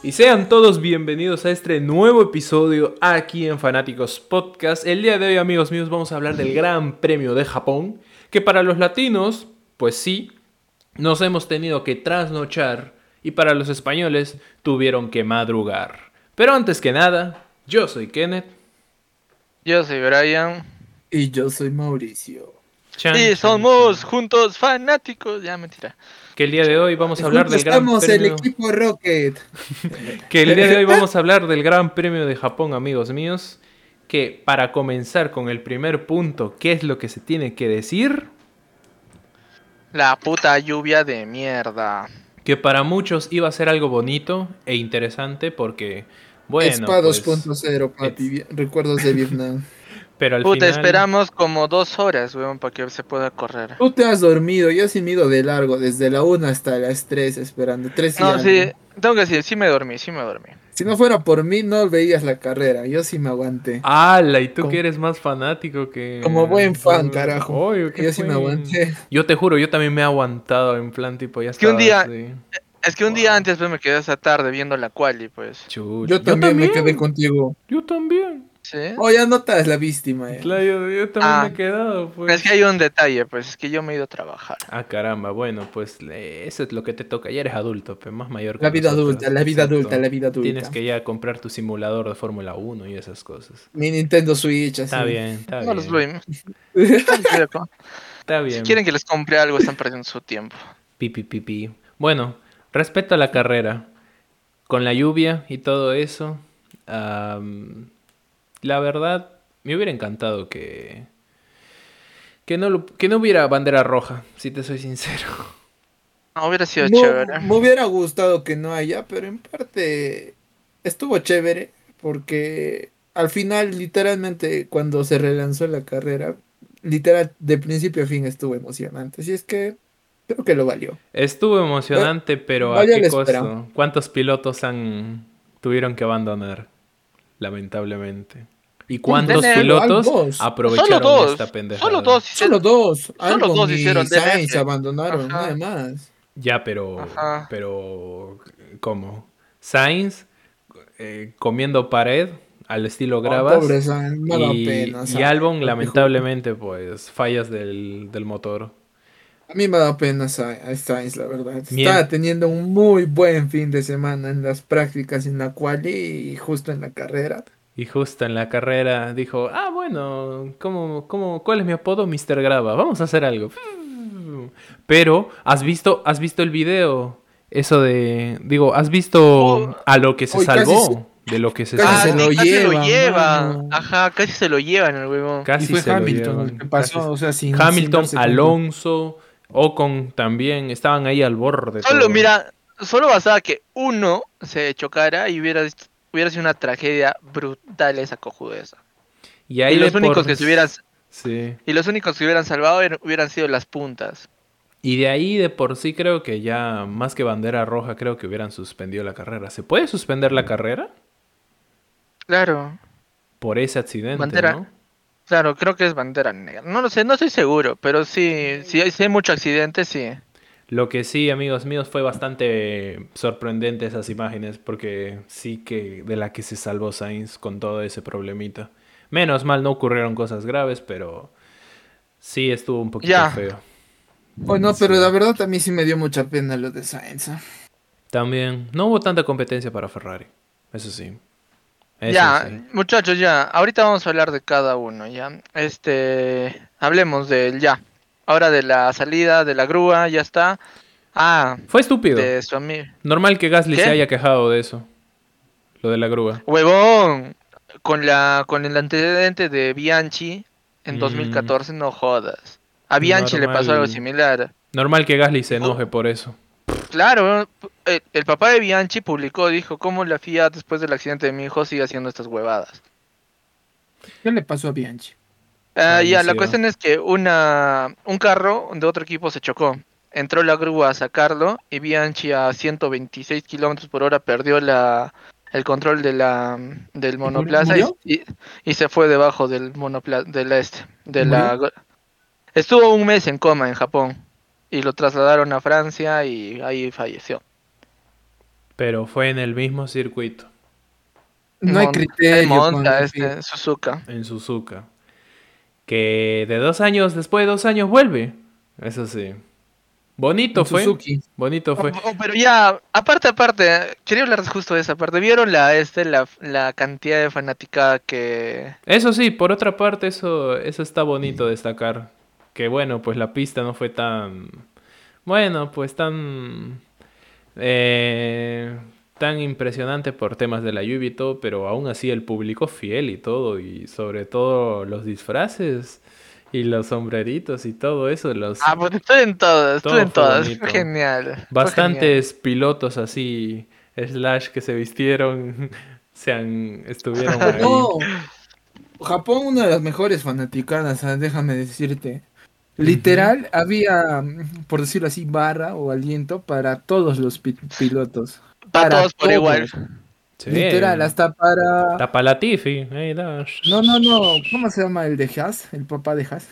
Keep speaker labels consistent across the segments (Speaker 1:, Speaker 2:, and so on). Speaker 1: Y sean todos bienvenidos a este nuevo episodio aquí en Fanáticos Podcast. El día de hoy, amigos míos, vamos a hablar del Gran Premio de Japón, que para los latinos, pues sí, nos hemos tenido que trasnochar y para los españoles tuvieron que madrugar. Pero antes que nada, yo soy Kenneth.
Speaker 2: Yo soy Brian.
Speaker 3: Y yo soy Mauricio.
Speaker 1: Chan,
Speaker 2: y
Speaker 1: chan,
Speaker 2: somos
Speaker 1: chan.
Speaker 2: juntos fanáticos. Ya, mentira.
Speaker 1: Que el día de hoy vamos a hablar del Gran
Speaker 3: Estamos Eh, el
Speaker 1: Premio.
Speaker 3: equipo Rocket.
Speaker 1: Que el día de hoy vamos a hablar del Gran Premio de Japón, amigos míos. Que para comenzar con el primer punto, ¿qué es lo que se tiene que decir?
Speaker 2: La puta lluvia de mierda.
Speaker 1: Que para muchos iba a ser algo bonito e interesante porque, bueno,
Speaker 3: Spa
Speaker 1: pues,
Speaker 3: 2.0, papi. vi- Recuerdos de Vietnam.
Speaker 1: pero al
Speaker 2: Puta,
Speaker 1: final...
Speaker 2: esperamos como dos horas, weón, para que se pueda correr.
Speaker 3: Tú te has dormido. Yo sí me he ido de largo. Desde la 1 hasta las 3 esperando. 3
Speaker 2: No, sí, tengo que decir, sí me dormí, sí me dormí.
Speaker 3: Si no fuera por mí, no veías la carrera. Yo sí me aguanté.
Speaker 1: Ah, ¡Hala! Y tú
Speaker 3: Como-
Speaker 1: que eres más fanático que...
Speaker 3: Como buen fan, carajo.
Speaker 1: Oye, ¿qué
Speaker 3: Yo sí me
Speaker 1: fue?
Speaker 3: aguanté.
Speaker 1: Yo te juro, yo también me he aguantado en plan tipo ya
Speaker 2: que un
Speaker 1: estaba
Speaker 2: día-
Speaker 1: así,
Speaker 2: Es que un día
Speaker 1: Wow.
Speaker 2: antes pues, me quedé hasta tarde viendo la quali, pues.
Speaker 1: chucha.
Speaker 3: Yo también, me quedé contigo.
Speaker 1: Yo también.
Speaker 2: ¿Sí?
Speaker 3: Oh, ya no te das la víctima. eh.
Speaker 1: ¿Eh? Claro, yo, yo también
Speaker 2: Ah.
Speaker 1: me he quedado. Pues.
Speaker 2: Es que hay un detalle, pues, es que yo me he ido a trabajar.
Speaker 1: Ah, caramba, bueno, pues le- eso es lo que te toca. Ya eres adulto, pues más mayor que
Speaker 3: La vida
Speaker 1: nosotros.
Speaker 3: adulta, la vida
Speaker 1: Exacto.
Speaker 3: adulta, la vida adulta.
Speaker 1: Tienes que ya comprar tu simulador de Fórmula 1 y esas cosas.
Speaker 3: Mi Nintendo Switch, así.
Speaker 1: Está bien, está
Speaker 2: No
Speaker 1: bien.
Speaker 2: los voy. si
Speaker 1: Está bien.
Speaker 2: quieren que les compre algo, están perdiendo su tiempo.
Speaker 1: Pi, pi, pi, pi. Bueno, respecto a la carrera, con la lluvia y todo eso, am, la verdad, me hubiera encantado que... Que no, lo- que no hubiera bandera roja, si te soy sincero.
Speaker 2: No, hubiera sido
Speaker 3: No,
Speaker 2: chévere.
Speaker 3: Me hubiera gustado que no haya, pero en parte estuvo chévere porque al final, literalmente, cuando se relanzó la carrera, literal, de principio a fin estuvo emocionante. Así es que creo que lo valió.
Speaker 1: Estuvo emocionante, pero ¿a
Speaker 3: vaya
Speaker 1: qué
Speaker 3: la espera.
Speaker 1: costo? ¿Cuántos pilotos han tuvieron que abandonar? Lamentablemente. ¿Y cuántos
Speaker 2: DNF,
Speaker 1: pilotos
Speaker 3: dos.
Speaker 2: Solo
Speaker 1: aprovecharon
Speaker 2: dos.
Speaker 1: esta pendejada?
Speaker 2: Solo dos.
Speaker 3: Solo dos, Albon
Speaker 2: dos hicieron
Speaker 3: y Sainz
Speaker 2: DNF.
Speaker 3: abandonaron,
Speaker 2: Ajá.
Speaker 3: nada más.
Speaker 1: Ya, pero
Speaker 2: Ajá.
Speaker 1: pero ¿cómo? Sainz eh, comiendo pared al
Speaker 3: Ah,
Speaker 1: estilo grabas.
Speaker 3: Pobre Sainz, me da
Speaker 1: y,
Speaker 3: pena.
Speaker 1: y
Speaker 3: Sainz,
Speaker 1: Albon,
Speaker 3: hijo.
Speaker 1: lamentablemente, pues, fallas del, del motor.
Speaker 3: A mí me da pena Sai- a Sainz, la verdad.
Speaker 1: Bien.
Speaker 3: Estaba teniendo un muy buen fin de semana en las prácticas en la cual y justo en la carrera.
Speaker 1: Y justo en la carrera dijo, ah, bueno, ¿cómo, cómo, ¿cuál es mi apodo? Mr. Grava, vamos a hacer algo. Pero, ¿has visto, has visto el video? Eso de, digo, ¿has
Speaker 2: Oh.
Speaker 1: visto a lo que se
Speaker 3: Uy, casi
Speaker 1: salvó? De lo que se
Speaker 3: casi
Speaker 2: Ah,
Speaker 3: se
Speaker 2: sí,
Speaker 1: salvó.
Speaker 3: lo
Speaker 2: casi
Speaker 3: llevan, mano.
Speaker 2: Ajá, casi se lo llevan el huevón.
Speaker 1: Casi
Speaker 3: y fue
Speaker 1: se lo
Speaker 3: Hamilton
Speaker 1: llevan,
Speaker 3: el que pasó,
Speaker 1: casi-
Speaker 3: o sea, sin sin
Speaker 1: Hamilton,
Speaker 3: darse cuenta.
Speaker 1: Alonso, Ocon también, estaban ahí al borde.
Speaker 2: Solo,
Speaker 1: todo.
Speaker 2: mira, solo bastaba que uno se chocara y hubiera, hubiera sido una tragedia brutal esa cojudeza.
Speaker 1: Y, ahí
Speaker 2: Y los
Speaker 1: de
Speaker 2: únicos
Speaker 1: por-
Speaker 2: que se hubieran,
Speaker 1: Sí.
Speaker 2: y los únicos que se hubieran salvado er- hubieran sido las puntas.
Speaker 1: Y de ahí de por sí creo que ya más que bandera roja creo que hubieran suspendido la carrera. ¿Se puede suspender la carrera?
Speaker 2: Claro,
Speaker 1: Por ese accidente,
Speaker 2: Bandera.
Speaker 1: ¿no?
Speaker 2: claro, creo que es bandera negra. No lo sé, no estoy seguro, pero sí, si hay, si hay mucho accidente, sí.
Speaker 1: Lo que sí, amigos míos, fue bastante sorprendente esas imágenes porque sí que de la que se salvó Sainz con todo ese problemita. Menos mal no ocurrieron cosas graves, pero sí estuvo un poquito
Speaker 2: Ya.
Speaker 1: feo.
Speaker 3: Oh, no, pero la verdad a mí sí me dio mucha pena lo de Sainz. ¿ah?
Speaker 1: También no hubo tanta competencia para Ferrari. Eso sí. Eso
Speaker 2: ya,
Speaker 1: sí.
Speaker 2: muchachos, ya. Ahorita vamos a hablar de cada uno, ya. Este, hablemos del ya. Ahora de la salida de la grúa, ya está. Ah,
Speaker 1: Fue estúpido.
Speaker 2: de su amigo.
Speaker 1: Normal que Gasly se
Speaker 2: ¿Qué?
Speaker 1: haya quejado de eso. Lo de la grúa.
Speaker 2: Huevón, con la con el antecedente de Bianchi en
Speaker 1: Mm.
Speaker 2: 2014, no jodas. A Bianchi le pasó algo
Speaker 1: Normal.
Speaker 2: similar.
Speaker 1: Normal que Gasly
Speaker 2: Oh.
Speaker 1: se enoje por eso.
Speaker 2: Claro, el, el papá de Bianchi publicó, dijo, ¿cómo la FIA después del accidente de mi hijo sigue haciendo estas huevadas?
Speaker 3: ¿Qué le pasó a Bianchi?
Speaker 2: Ah, ya, la
Speaker 4: Buenísimo.
Speaker 2: cuestión es que una, un carro de otro equipo se chocó. Entró la grúa a sacarlo y Bianchi a 126 kilómetros por hora perdió la, el control de la, del monoplaza y,
Speaker 3: murió?
Speaker 2: y- y se fue debajo del monoplaza, del este, de la... gr- Estuvo un mes en coma en Japón y lo trasladaron a Francia y ahí falleció.
Speaker 1: Pero fue en el mismo circuito,
Speaker 3: No, hay
Speaker 2: Mon-
Speaker 3: criterio.
Speaker 2: Monza,
Speaker 3: Juan,
Speaker 2: este, Suzuka.
Speaker 1: en Suzuka. Que de dos años, después de dos años, vuelve. Eso sí. Bonito
Speaker 3: en
Speaker 1: fue.
Speaker 3: Suzuki.
Speaker 1: Bonito fue.
Speaker 2: Oh, oh, pero ya, aparte, aparte, quería hablar justo de esa parte. ¿Vieron la, este, la, la cantidad de fanaticada que...
Speaker 1: Eso sí, por otra parte, eso, eso está bonito destacar. Que bueno, pues la pista no fue tan. Bueno, pues tan. eh, tan impresionante por temas de la lluvia y todo, pero aún así el público fiel y todo, y sobre todo los disfraces y los sombreritos y todo eso, los
Speaker 2: Ah, pues estoy en todas, estoy
Speaker 1: Todo
Speaker 2: en
Speaker 1: fue
Speaker 2: todas.
Speaker 1: bonito.
Speaker 2: Fue Genial. fue genial.
Speaker 1: bastantes pilotos así, slash que se vistieron, se han, estuvieron ahí.
Speaker 3: No. Japón, una de las mejores fanaticadas, ah, déjame decirte. Literal, había, mm, por decirlo así, barra o aliento para todos los pi- pilotos.
Speaker 2: Para
Speaker 3: para
Speaker 2: todos por igual.
Speaker 1: Sí.
Speaker 3: Literal, hasta para...
Speaker 1: Tapa Latifi, ahí da.
Speaker 3: No, no, no. ¿Cómo se llama el de Haas? El papá de Haas.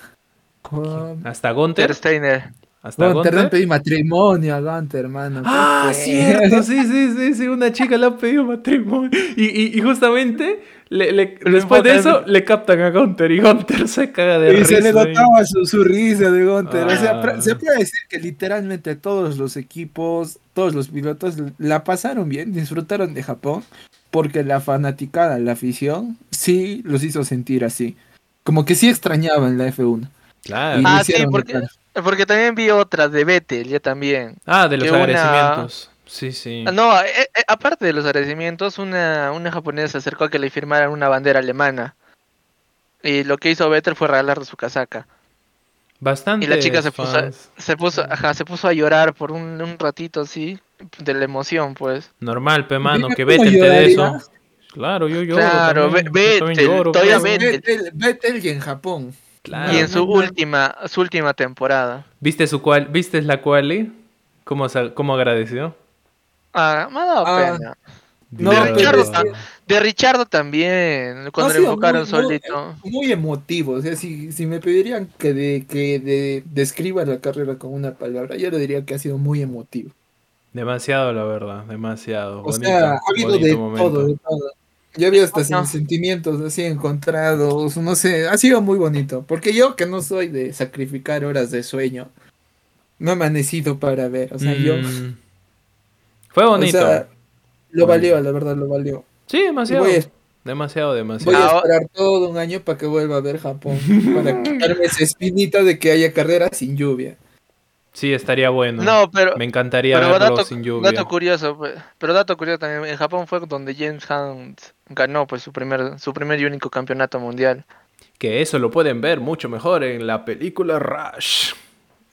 Speaker 3: Con...
Speaker 1: Hasta
Speaker 2: Ter
Speaker 1: Gunter.
Speaker 2: Steiner.
Speaker 1: Hasta
Speaker 3: Gunter le han
Speaker 1: Gunter.
Speaker 3: pedido matrimonio a Gunter, hermano.
Speaker 1: Ah,
Speaker 3: ¿Qué fue?
Speaker 1: cierto, sí, sí, sí, sí, una chica le ha pedido matrimonio. Y, y, y justamente, le- le- después de eso, le captan a Gunter y Gunter se caga de
Speaker 3: Y se le
Speaker 1: risa ahí.
Speaker 3: notaba su, su risa de Gunter. O sea,
Speaker 1: Ah.
Speaker 3: pra- se puede decir que literalmente todos los equipos, todos los pilotos la pasaron bien, disfrutaron de Japón, porque la fanaticada, la afición, sí los hizo sentir así. Como que sí extrañaban la F1.
Speaker 1: Claro.
Speaker 3: Y lo
Speaker 2: Ah, sí,
Speaker 3: hicieron
Speaker 2: porque,
Speaker 3: notar.
Speaker 2: porque también vi otras de Vettel, ya también.
Speaker 1: Ah, de los
Speaker 2: que una-
Speaker 1: agradecimientos. Sí, sí.
Speaker 2: Ah, No, eh, eh, aparte de los agradecimientos, una, una japonesa se acercó a que le firmaran una bandera alemana. Y lo que hizo Vettel fue regalarle su casaca.
Speaker 1: Bastante.
Speaker 2: Y la chica se puso, se puso,
Speaker 1: Ah.
Speaker 2: ajá, se puso a llorar por un, un ratito así, de la emoción, pues.
Speaker 1: Normal, pe mano,
Speaker 3: Dime,
Speaker 1: que
Speaker 3: ¿cómo
Speaker 1: vete de eso.
Speaker 3: lloraría?
Speaker 1: Claro, yo lloro.
Speaker 2: Claro,
Speaker 1: también,
Speaker 2: ve-
Speaker 1: yo también
Speaker 2: vete,
Speaker 1: lloro,
Speaker 2: todavía
Speaker 1: claro.
Speaker 3: Pues,
Speaker 2: vete.
Speaker 3: Vettel- Vettel y en Japón.
Speaker 1: Claro.
Speaker 2: y en su
Speaker 3: no, no.
Speaker 2: última, su última temporada.
Speaker 1: ¿Viste su cual, viste la quali? ¿Cómo, sal- cómo agradeció?
Speaker 2: Ah, me ha dado
Speaker 3: Ah,
Speaker 2: pena.
Speaker 3: No,
Speaker 1: Dios.
Speaker 2: pero Richardo es que- De Richardo también,
Speaker 3: No
Speaker 2: cuando
Speaker 3: ha
Speaker 2: le
Speaker 3: sido
Speaker 2: enfocaron
Speaker 3: muy-
Speaker 2: solito.
Speaker 3: Muy, muy emotivo. O sea, si, si me pedirían que, de, que de- describa la carrera con una palabra, yo le diría que ha sido muy emotivo.
Speaker 1: Demasiado, la verdad, demasiado.
Speaker 3: O
Speaker 1: bonito,
Speaker 3: sea, ha habido
Speaker 1: bonito
Speaker 3: de
Speaker 1: momento.
Speaker 3: todo, ¿eh? de todo. Yo había hasta
Speaker 2: No.
Speaker 3: sentimientos así encontrados, no sé, ha sido muy bonito. Porque yo que no soy de sacrificar horas de sueño, no he amanecido para ver. O sea, yo...
Speaker 1: Mm. Fue
Speaker 3: o
Speaker 1: bonito.
Speaker 3: sea,
Speaker 1: Bonito.
Speaker 3: lo valió, la verdad, lo valió.
Speaker 1: sí, demasiado.
Speaker 3: voy a-
Speaker 1: Demasiado,
Speaker 3: Voy
Speaker 1: demasiado.
Speaker 3: a
Speaker 2: Ahora-
Speaker 3: esperar todo un año para que vuelva a ver Japón, para quitarme esa espinita de que haya carrera sin lluvia.
Speaker 1: Sí, estaría bueno.
Speaker 2: No, pero,
Speaker 1: Me encantaría
Speaker 2: pero
Speaker 1: verlo
Speaker 2: dato,
Speaker 1: sin lluvia.
Speaker 2: dato curioso, pues, pero dato curioso también, en Japón fue donde James Hunt ganó pues su primer, su primer y único campeonato mundial.
Speaker 1: Que eso lo pueden ver mucho mejor en la película Rush.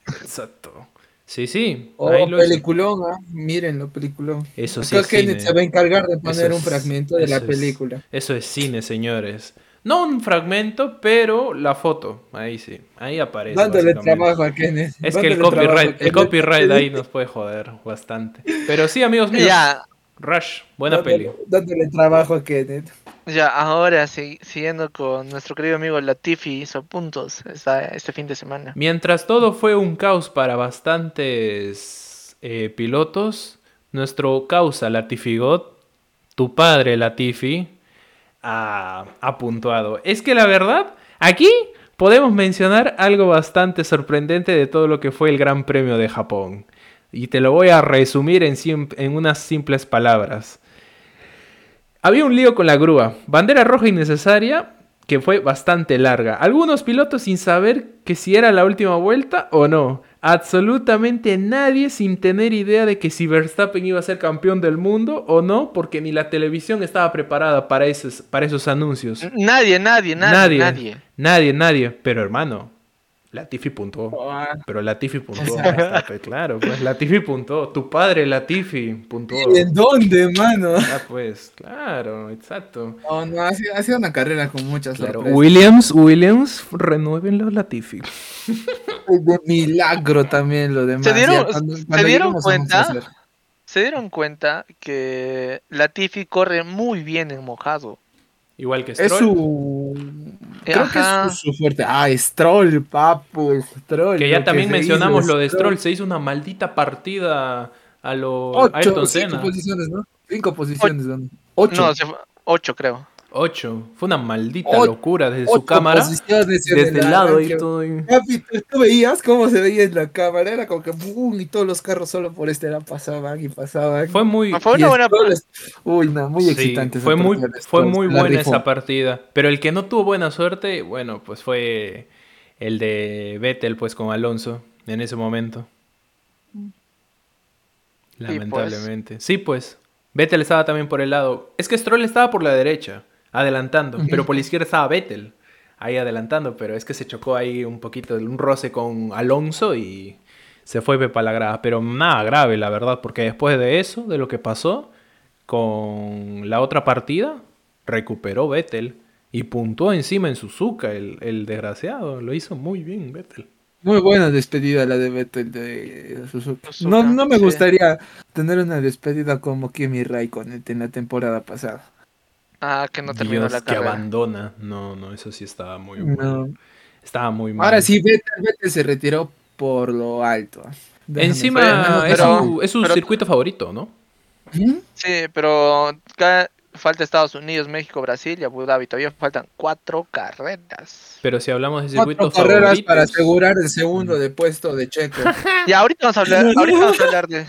Speaker 1: Exacto. Sí, sí.
Speaker 3: Oh,
Speaker 1: ahí lo hizo.
Speaker 3: peliculón, ah, mírenlo, peliculón.
Speaker 1: Eso sí
Speaker 3: Creo
Speaker 1: es
Speaker 3: que
Speaker 1: cine.
Speaker 3: se va a encargar de poner
Speaker 1: Eso
Speaker 3: un
Speaker 1: es-
Speaker 3: fragmento de la
Speaker 1: eso es-
Speaker 3: película.
Speaker 1: eso es cine, señores. No un fragmento, pero la foto. Ahí sí. Ahí aparece.
Speaker 3: Dándole
Speaker 1: básicamente.
Speaker 3: trabajo a Kenneth.
Speaker 1: Es que el
Speaker 3: dándole trabajo a
Speaker 1: copyright, el
Speaker 3: Kenneth.
Speaker 1: copyright ahí nos puede joder bastante. Pero sí, amigos míos.
Speaker 2: Ya,
Speaker 1: Rush, buena peli.
Speaker 3: Dándole- Dándole trabajo a Kenneth.
Speaker 2: Ya, ahora sí, siguiendo con nuestro querido amigo Latifi, hizo puntos esta- este fin de semana.
Speaker 1: Mientras todo fue un caos para bastantes eh, pilotos, nuestro causa Latifigot, tu padre Latifi, ha, ha puntuado. Es que la verdad, aquí podemos mencionar algo bastante sorprendente de todo lo que fue el Gran Premio de Japón. Y te lo voy a resumir en, sim- en unas simples palabras. Había un lío con la grúa. Bandera roja innecesaria que fue bastante larga. Algunos pilotos sin saber que si era la última vuelta o no. Absolutamente nadie sin tener idea de que si Verstappen iba a ser campeón del mundo o no, porque ni la televisión estaba preparada para esos, para esos anuncios.
Speaker 2: Nadie, nadie, nadie, nadie.
Speaker 1: Nadie, nadie. Pero hermano, Latifi puntó.
Speaker 3: Ah,
Speaker 1: Pero Latifi puntó. Verstappen, claro, pues Latifi puntó. Tu padre Latifi puntó.
Speaker 3: ¿y ¿En dónde, mano?
Speaker 1: Ah, pues, claro, exacto.
Speaker 3: No, no, ha sido, ha sido una carrera con muchas
Speaker 1: Claro,
Speaker 3: sorpresas.
Speaker 1: Williams, Williams, renueven los Latifi.
Speaker 3: De milagro también lo demás.
Speaker 2: ¿Se dieron-
Speaker 3: Ya, cuando-
Speaker 2: se
Speaker 3: cuando
Speaker 2: dieron
Speaker 3: lleguemos vamos a
Speaker 2: cuenta?
Speaker 3: hacer.
Speaker 2: Se dieron cuenta que Latifi corre muy bien en mojado.
Speaker 1: Igual que
Speaker 3: Es
Speaker 1: Stroll,
Speaker 3: su. Creo
Speaker 2: Ajá.
Speaker 3: que es su, su fuerte. Ah, Stroll, papu, Stroll.
Speaker 1: que ya también mencionamos lo de Stroll,
Speaker 3: Strolls
Speaker 1: se hizo una maldita partida a lo
Speaker 3: Ocho, pues,
Speaker 1: Ayrton
Speaker 3: cinco
Speaker 1: Senna.
Speaker 3: posiciones, ¿no? Cinco posiciones, ¿no? Ocho.
Speaker 2: No, se fue- ocho creo.
Speaker 1: Ocho. Fue una maldita
Speaker 3: Ocho-
Speaker 1: locura desde
Speaker 3: ocho
Speaker 1: su cámara.
Speaker 3: posiciones en
Speaker 1: Desde el lado
Speaker 3: arranque.
Speaker 1: y todo. ahí.
Speaker 3: Papi, ¿tú, Ah, pues, tú veías cómo se veía en la cámara, era como que ¡pum! y todos los carros solo por este lado pasaban y pasaban.
Speaker 1: Fue muy.
Speaker 2: No, fue
Speaker 3: Y
Speaker 2: una buena.
Speaker 3: Stroll es- Uy, no, muy
Speaker 1: sí,
Speaker 3: excitante. esa
Speaker 1: fue muy,
Speaker 3: partida de
Speaker 1: fue
Speaker 3: Stroll,
Speaker 1: muy
Speaker 3: la
Speaker 1: buena
Speaker 3: rifó.
Speaker 1: esa partida. Pero el que no tuvo buena suerte, bueno, pues fue el de Vettel, pues con Alonso en ese momento.
Speaker 2: pues.
Speaker 1: Lamentablemente. Sí, pues. Vettel estaba también por el lado. Es que Stroll estaba por la derecha, adelantando. Pero por la izquierda estaba Vettel, ahí adelantando. Pero es que se chocó ahí un poquito, un roce con Alonso y se fue para la grada. Pero nada grave, la verdad, porque después de eso, de lo que pasó con la otra partida, recuperó Vettel y puntó encima en Suzuka, el, el desgraciado. Lo hizo muy bien Vettel.
Speaker 3: Muy buena despedida la de Vettel de Suzuka.
Speaker 2: Suzuka,
Speaker 3: no, no me
Speaker 2: sí.
Speaker 3: gustaría tener una despedida como Kimi Raikkonen en la temporada pasada.
Speaker 2: Ah, que no terminó
Speaker 1: Dios,
Speaker 2: la
Speaker 1: que
Speaker 2: carrera.
Speaker 1: abandona. No, no, eso sí estaba muy bueno.
Speaker 3: No.
Speaker 1: Estaba muy mal.
Speaker 3: Ahora sí, Vettel, Vettel se retiró por lo alto. Déjame
Speaker 1: Encima
Speaker 2: Pero-
Speaker 3: decirlo.
Speaker 1: es su, es su
Speaker 2: pero-
Speaker 1: circuito favorito, ¿no?
Speaker 3: ¿Mm?
Speaker 2: Sí, pero ca- falta Estados Unidos, México, Brasil y Abu Dhabi. Todavía faltan cuatro carreras.
Speaker 1: Pero si hablamos de
Speaker 3: Cuatro
Speaker 1: circuitos
Speaker 3: carreras
Speaker 1: favoritos,
Speaker 3: para asegurar el segundo de puesto de Checo.
Speaker 2: Y ahorita vamos a hablar, ahorita vamos a hablar de.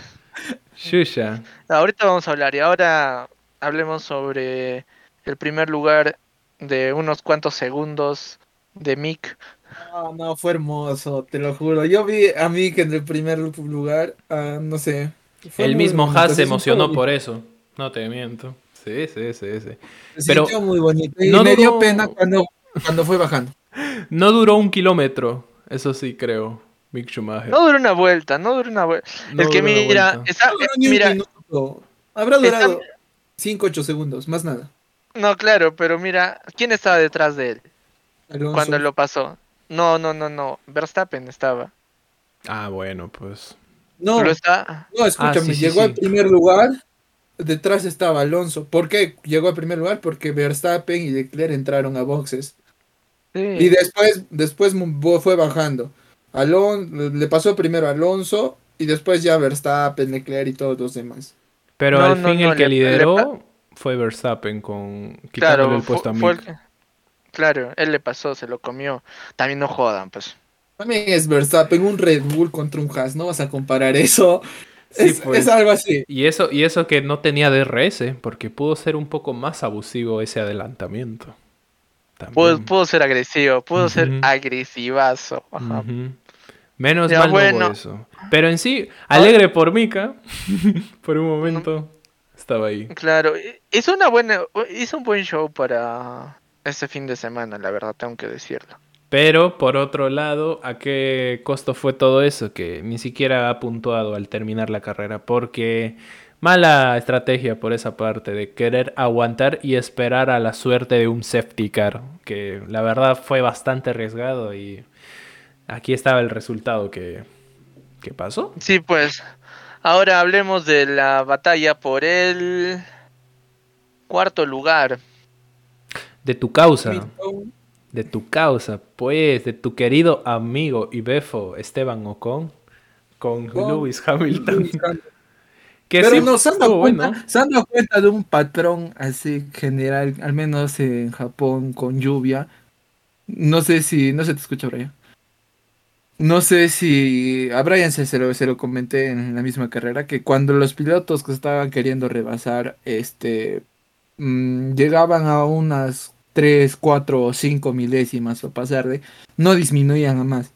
Speaker 1: Xuxa.
Speaker 2: Ahorita vamos a hablar y ahora hablemos sobre el primer lugar de unos cuantos segundos de Mick.
Speaker 3: No, no, fue hermoso, te lo juro. Yo vi a mí que en el primer lugar, ah, no sé. fue
Speaker 1: el
Speaker 3: muy
Speaker 1: mismo
Speaker 3: bonito,
Speaker 1: Haas se
Speaker 3: sintió
Speaker 1: emocionó
Speaker 3: bonito,
Speaker 1: por eso. No te miento. Sí, sí, sí, sí.
Speaker 3: se
Speaker 1: pero-
Speaker 3: sintió muy bonito. Y
Speaker 1: No
Speaker 3: me dio
Speaker 1: duró-
Speaker 3: pena cuando, cuando fue bajando.
Speaker 1: No duró un kilómetro, eso sí creo, Mick Schumacher.
Speaker 2: No dura una vuelta, no dura una vuelta.
Speaker 1: No
Speaker 2: es que
Speaker 1: duró una
Speaker 2: mira,
Speaker 1: vuelta.
Speaker 2: está,
Speaker 3: No duró
Speaker 2: eh,
Speaker 3: ni un
Speaker 2: mira,
Speaker 3: minuto. Habrá
Speaker 2: está-
Speaker 3: durado 5, 8 segundos, más nada.
Speaker 2: no, claro, pero mira, ¿quién estaba detrás de él
Speaker 3: Alonso.
Speaker 2: cuando lo pasó? No, no, no, no, Verstappen estaba.
Speaker 1: Ah, bueno, pues.
Speaker 3: No,
Speaker 2: Pero está,
Speaker 3: no, escúchame,
Speaker 1: Ah, sí, sí,
Speaker 3: llegó
Speaker 1: sí.
Speaker 3: al primer lugar, detrás estaba Alonso. ¿Por qué llegó al primer lugar? Porque Verstappen y Leclerc entraron a boxes.
Speaker 2: sí.
Speaker 3: Y después, después mu- fue bajando. Alon, le pasó primero a Alonso y después ya Verstappen, Leclerc y todos los demás.
Speaker 1: Pero
Speaker 2: No,
Speaker 1: al
Speaker 2: no,
Speaker 1: fin
Speaker 2: no,
Speaker 1: el que
Speaker 2: le-
Speaker 1: lideró fue Verstappen con quitándole
Speaker 2: claro,
Speaker 1: el
Speaker 2: fu-
Speaker 1: puesto a
Speaker 2: fue el
Speaker 1: Mick.
Speaker 2: que- claro, él le pasó, se lo comió. También no jodan, pues.
Speaker 3: También es Verstappen, un Red Bull contra un Haas, no vas a comparar eso.
Speaker 1: Sí,
Speaker 3: es,
Speaker 1: pues.
Speaker 3: es algo así.
Speaker 1: Y eso y eso que no tenía DRS, porque pudo ser un poco más abusivo ese adelantamiento. También.
Speaker 2: Pudo, pudo ser agresivo, pudo ser
Speaker 1: Ujú.
Speaker 2: agresivazo. Ajá.
Speaker 1: Ujú. Menos
Speaker 2: Ya,
Speaker 1: mal no hubo
Speaker 2: bueno.
Speaker 1: eso. Pero en sí, alegre por Mika. por un momento estaba ahí.
Speaker 2: Claro, hi- hizo una buena, hizo un buen show para este fin de semana, la verdad, tengo que decirlo.
Speaker 1: Pero por otro lado, ¿a qué costo fue todo eso? Que ni siquiera ha puntuado al terminar la carrera. Porque mala estrategia por esa parte de querer aguantar y esperar a la suerte de un safety car. Que la verdad fue bastante arriesgado y aquí estaba el resultado que, que pasó.
Speaker 2: Sí, pues, ahora hablemos de la batalla por el cuarto lugar.
Speaker 1: De tu causa. De tu causa, pues, de tu querido amigo y befo Esteban Ocon con
Speaker 3: Ocon.
Speaker 1: Lewis Hamilton. Que
Speaker 3: Pero
Speaker 1: sí
Speaker 3: nos han
Speaker 1: estuvo
Speaker 3: dado,
Speaker 1: bueno.
Speaker 3: cuenta, se han dado cuenta de un patrón así general, al menos en Japón con lluvia. No sé si, no se te escucha Brian. No sé si a Brian se, se lo, se lo comenté en la misma carrera que cuando los pilotos que estaban queriendo rebasar, este, mm, llegaban a unas 3, 4 o 5 milésimas o pasar de, no disminuían a más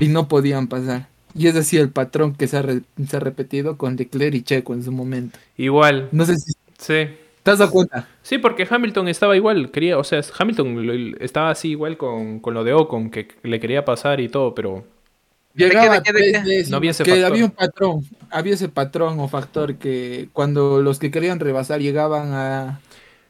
Speaker 3: y no podían pasar. Y es así el patrón que se ha, re- se ha repetido con Leclerc y Checo en su momento.
Speaker 1: Igual,
Speaker 3: No sé si
Speaker 1: sí.
Speaker 3: ¿Te has dado cuenta?
Speaker 1: Sí, porque Hamilton estaba igual, quería, o sea, Hamilton lo- estaba así igual con, con lo de Ocon, que le quería pasar y todo, pero
Speaker 2: qué,
Speaker 3: Llegaba
Speaker 2: de qué, de qué?
Speaker 3: tres décimas,
Speaker 1: No había ese
Speaker 3: que
Speaker 1: factor.
Speaker 3: había un patrón, había ese patrón o factor que cuando los que querían rebasar llegaban a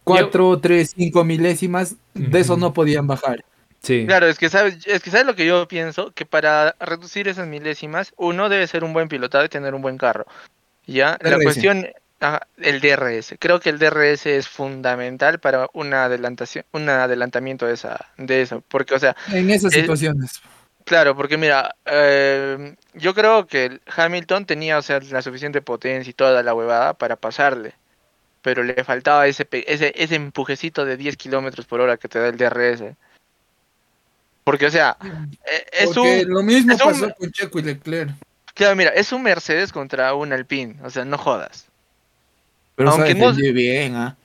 Speaker 3: 4, 3, 5 milésimas, de eso
Speaker 1: Ujú.
Speaker 3: no podían bajar.
Speaker 1: sí.
Speaker 2: Claro, es que sabes, es que sabes lo que yo pienso, que para reducir esas milésimas, uno debe ser un buen pilotado y tener un buen carro. Ya, la
Speaker 3: DRS.
Speaker 2: cuestión, ajá, el DRS. Creo que el DRS es fundamental para una adelantación, un adelantamiento de esa, de eso. Porque, o sea,
Speaker 3: En esas
Speaker 2: Eh,
Speaker 3: situaciones.
Speaker 2: Claro, porque mira, eh, yo creo que el Hamilton tenía, o sea, la suficiente potencia y toda la huevada para pasarle, pero le faltaba ese pe- ese, ese empujecito de 10 kilómetros por hora que te da el DRS. Porque, o sea, eh, es
Speaker 3: Porque
Speaker 2: un,
Speaker 3: lo mismo
Speaker 2: es un-
Speaker 3: pasó con Checo y Leclerc.
Speaker 2: claro, mira, es un Mercedes contra un Alpine, o sea, no jodas.
Speaker 3: Pero
Speaker 2: Aunque
Speaker 3: sabe
Speaker 2: no-
Speaker 3: defendió bien, ¿ah?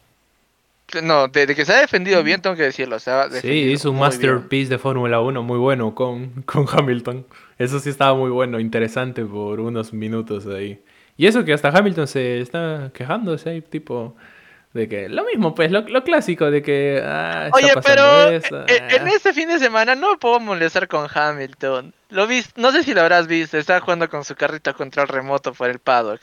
Speaker 2: No, desde que se ha defendido bien, tengo que decirlo, o sea, ha
Speaker 1: Sí,
Speaker 2: defendido
Speaker 1: hizo un
Speaker 2: muy bien.
Speaker 1: masterpiece de Fórmula 1 muy bueno con, con Hamilton. Eso sí estaba muy bueno, interesante por unos minutos ahí. Y eso que hasta Hamilton se está quejándose ahí, tipo, de que lo mismo, pues, lo, lo clásico de que... Ah, está
Speaker 2: Oye,
Speaker 1: pasando
Speaker 2: pero
Speaker 1: esto,
Speaker 2: e- en
Speaker 1: ah.
Speaker 2: este fin de semana no me puedo molestar con Hamilton. Lo vis- no sé si lo habrás visto, está jugando con su carrito a control remoto por el paddock.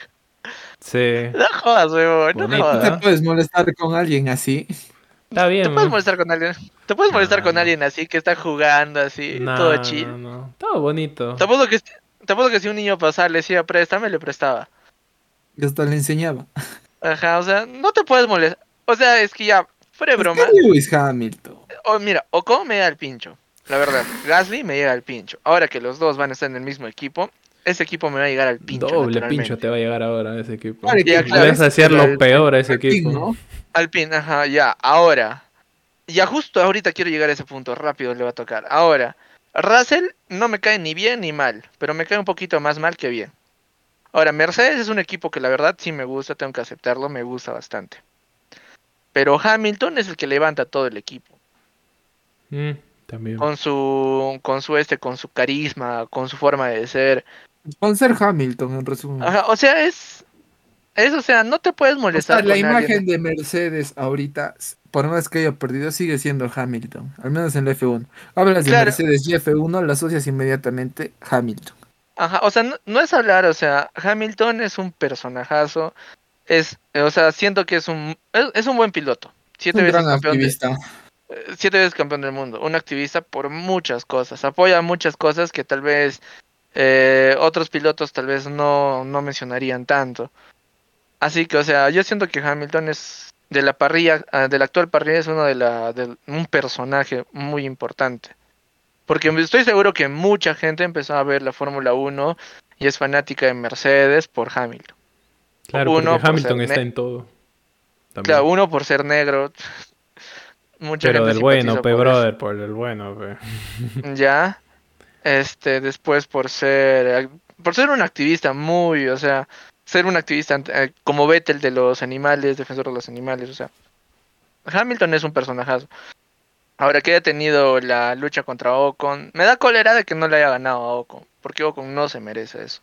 Speaker 1: Sí,
Speaker 2: No jodas, huevón, no
Speaker 1: Bonito.
Speaker 3: Te
Speaker 2: jodas.
Speaker 3: puedes molestar con alguien así.
Speaker 1: está
Speaker 2: Te
Speaker 1: bien.
Speaker 2: puedes
Speaker 1: ¿no?
Speaker 2: molestar con alguien. Te puedes molestar con
Speaker 1: Ah.
Speaker 2: alguien así que está jugando así,
Speaker 1: No,
Speaker 2: todo chill.
Speaker 1: no, no. Todo bonito.
Speaker 2: Tampoco que tampoco que si un niño pasaba le decía préstame, le prestaba.
Speaker 3: Y hasta le enseñaba.
Speaker 2: Ajá, o sea, no te puedes molestar. O sea, es que ya, fuera de broma.
Speaker 3: Es que Lewis Hamilton.
Speaker 2: O, Oh, mira, Ocon me llega al pincho. La verdad, Gasly me llega al pincho. Ahora que los dos van a estar en el mismo equipo, ese equipo me va a llegar al pincho.
Speaker 1: Doble
Speaker 2: naturalmente.
Speaker 1: pincho te va a llegar ahora a ese equipo.
Speaker 3: Vale,
Speaker 2: Ya,
Speaker 1: Le
Speaker 2: claro,
Speaker 1: vas a hacer lo peor a ese equipo.
Speaker 3: ¿no?
Speaker 2: Al pin, ajá, ya. Ahora. Ya justo ahorita quiero llegar a ese punto. Rápido le va a tocar. Ahora. Russell no me cae ni bien ni mal, pero me cae un poquito más mal que bien. Ahora, Mercedes es un equipo que la verdad sí me gusta, tengo que aceptarlo, me gusta bastante. Pero Hamilton es el que levanta todo el equipo.
Speaker 1: Mm, también.
Speaker 2: con su con su este con su carisma con su forma de ser
Speaker 3: Con ser Hamilton, en resumen.
Speaker 2: Ajá, o sea es es o sea no te puedes
Speaker 3: O
Speaker 2: molestar
Speaker 3: sea, la
Speaker 2: con
Speaker 3: imagen
Speaker 2: alguien.
Speaker 3: de Mercedes ahorita, s- por más que haya perdido, sigue siendo Hamilton, al menos en la F1. Hablas de
Speaker 2: Claro.
Speaker 3: Mercedes y F1, la asocias inmediatamente Hamilton.
Speaker 2: Ajá, o sea no, no es hablar o sea Hamilton es un personajazo es eh, o sea siento que es un es, es un buen piloto siete
Speaker 3: Un
Speaker 2: veces
Speaker 3: gran
Speaker 2: campeón de-
Speaker 3: activista.
Speaker 2: eh, siete veces campeón del mundo un activista por muchas cosas apoya muchas cosas que tal vez eh, otros pilotos tal vez no no mencionarían tanto Así que, o sea, yo siento que Hamilton es de la parrilla, ah, de la actual parrilla es uno de la de un personaje muy importante. Porque estoy seguro que mucha gente empezó a ver la Fórmula 1 y es fanática de Mercedes por Hamilton.
Speaker 1: Claro,
Speaker 2: uno,
Speaker 1: porque
Speaker 2: por
Speaker 1: Hamilton
Speaker 2: ser
Speaker 1: está
Speaker 2: ne-
Speaker 1: en todo. También.
Speaker 2: Claro, uno por ser negro. Mucha
Speaker 1: Pero
Speaker 2: gente
Speaker 1: del bueno,
Speaker 2: simpatizó
Speaker 1: pe,
Speaker 2: por eso.
Speaker 1: brother, por el bueno, pe.
Speaker 2: Ya. Este, después por ser eh, por ser un activista muy, o sea, ser un activista eh, como Vettel de los animales, defensor de los animales, o sea, Hamilton es un personajazo. Ahora que haya tenido la lucha contra Ocon, me da cólera de que no le haya ganado a Ocon, porque Ocon no se merece eso.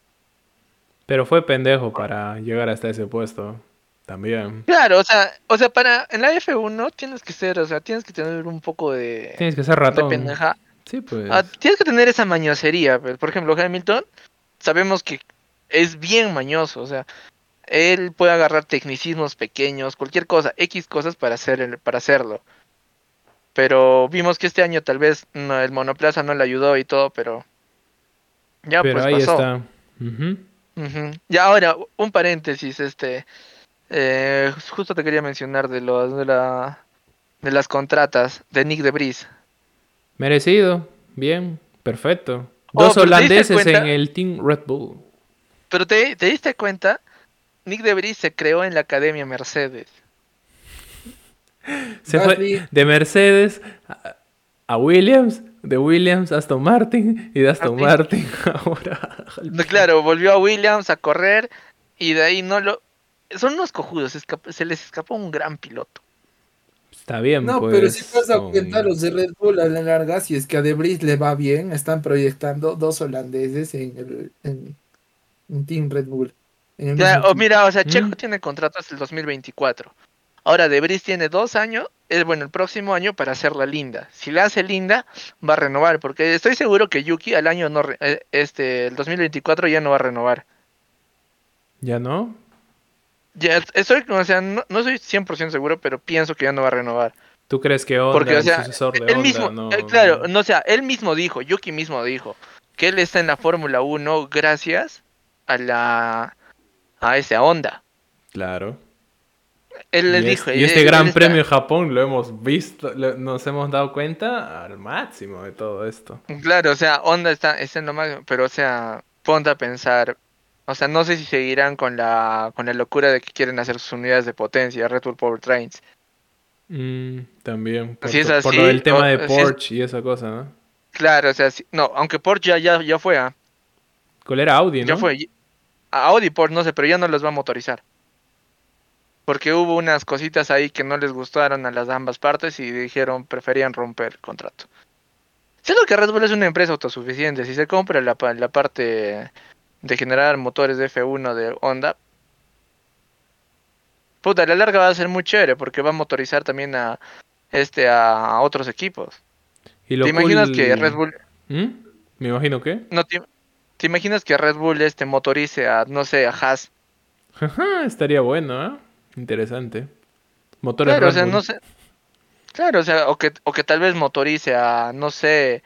Speaker 1: Pero fue pendejo para llegar hasta ese puesto. También.
Speaker 2: Claro, o sea, o sea, para en la F1 tienes que ser, o sea, tienes que tener un poco de,
Speaker 1: Tienes que ser
Speaker 2: de
Speaker 1: ratón.
Speaker 2: pendeja-
Speaker 1: Sí, pues.
Speaker 2: Eh, Ah, tienes que tener esa mañosería. pues. Por ejemplo, Hamilton, sabemos que es bien mañoso. O sea, él puede agarrar tecnicismos pequeños, cualquier cosa, X cosas para, hacer el- para hacerlo. Pero vimos que este año tal vez no, el monoplaza no le ayudó y todo, pero ya
Speaker 1: Pero
Speaker 2: pues
Speaker 1: ahí
Speaker 2: pasó.
Speaker 1: está. Ujú.
Speaker 2: Ujú. Y ahora, un paréntesis, este, eh, justo te quería mencionar de los de la de las contratas de Nick de Bris.
Speaker 1: Merecido. Bien. Perfecto.
Speaker 2: Oh,
Speaker 1: Dos
Speaker 2: pero ¿te diste
Speaker 1: holandeses en
Speaker 2: cuenta?
Speaker 1: el Team Red Bull.
Speaker 2: Pero te, te diste cuenta, Nick de Vries se creó en la Academia Mercedes.
Speaker 1: Se fue
Speaker 3: Gasly.
Speaker 1: de Mercedes a, a Williams, de Williams a Aston Martin y de Aston Martin
Speaker 2: Martin.
Speaker 1: ahora. al
Speaker 2: No, Claro, volvió a Williams a correr y de ahí no lo... Son unos cojudos, esca- se les escapó un gran piloto.
Speaker 1: Está bien,
Speaker 3: No,
Speaker 1: pues.
Speaker 3: pero si te has dado
Speaker 1: son-
Speaker 3: cuenta, los de Red Bull a la larga, si es que a Debris le va bien, están proyectando dos holandeses en, el, en, en Team Red Bull. En el
Speaker 2: Ya,
Speaker 3: mismo
Speaker 2: o
Speaker 3: equipo.
Speaker 2: mira, o sea,
Speaker 1: Mm.
Speaker 2: Checo tiene contrato hasta el 2024. Ahora De Vries tiene dos años, el, bueno, el próximo año para hacerla linda. Si la hace linda, va a renovar, porque estoy seguro que Yuki al año no, re- eh, este, el 2024 ya no va a renovar.
Speaker 1: ¿Ya no?
Speaker 2: Ya, estoy, o sea, no, no soy 100% seguro, pero pienso que ya no va a renovar.
Speaker 1: ¿Tú crees que Onda,
Speaker 2: Porque, o sea,
Speaker 1: el sucesor de
Speaker 2: él
Speaker 1: Honda,
Speaker 2: mismo,
Speaker 1: no?
Speaker 2: eh, claro, no, o sea, él mismo dijo, Yuki mismo dijo, que él está en la Fórmula 1 gracias a la, a esa onda.
Speaker 1: Claro.
Speaker 2: Él le
Speaker 1: y
Speaker 2: dijo.
Speaker 1: es- y
Speaker 2: eh,
Speaker 1: este
Speaker 2: él
Speaker 1: gran
Speaker 2: está-
Speaker 1: premio de Japón lo hemos visto, lo- nos hemos dado cuenta al máximo de todo esto.
Speaker 2: Claro, o sea, Honda está, está en lo máximo, pero o sea, ponte a pensar, o sea, no sé si seguirán con la con la locura de que quieren hacer sus unidades de potencia, Red Bull Powertrains.
Speaker 1: Mm, también. Por,
Speaker 2: Si es
Speaker 1: to- por lo
Speaker 2: así,
Speaker 1: del tema
Speaker 2: o-
Speaker 1: de
Speaker 2: si es-
Speaker 1: Porsche y esa cosa, ¿no?
Speaker 2: Claro, o sea, sí- no, aunque Porsche ya ya, ya fue, ah,
Speaker 1: ¿Cuál era Audi, no?
Speaker 2: ya fue. y- A Audi Porsche no sé, pero ya no los va a motorizar. Porque hubo unas cositas ahí que no les gustaron a las ambas partes y dijeron preferían romper el contrato. Siendo que Red Bull es una empresa autosuficiente, si se compra la, pa- la parte de generar motores de F1 de Honda, puta, a la larga va a ser muy chévere porque va a motorizar también a este a, a otros equipos.
Speaker 1: Y lo
Speaker 2: ¿Te imaginas
Speaker 1: cool-
Speaker 2: que Red Bull
Speaker 1: ¿Mm? Me imagino que.
Speaker 2: no te, te imaginas que Red Bull este motorice a no sé, a Haas?
Speaker 1: Ajá, estaría bueno, ¿eh? Interesante. Motores
Speaker 2: Claro, o
Speaker 1: Red
Speaker 2: sea,
Speaker 1: Bull.
Speaker 2: no sé. Claro, o sea, o que, o que tal vez motorice a, no sé,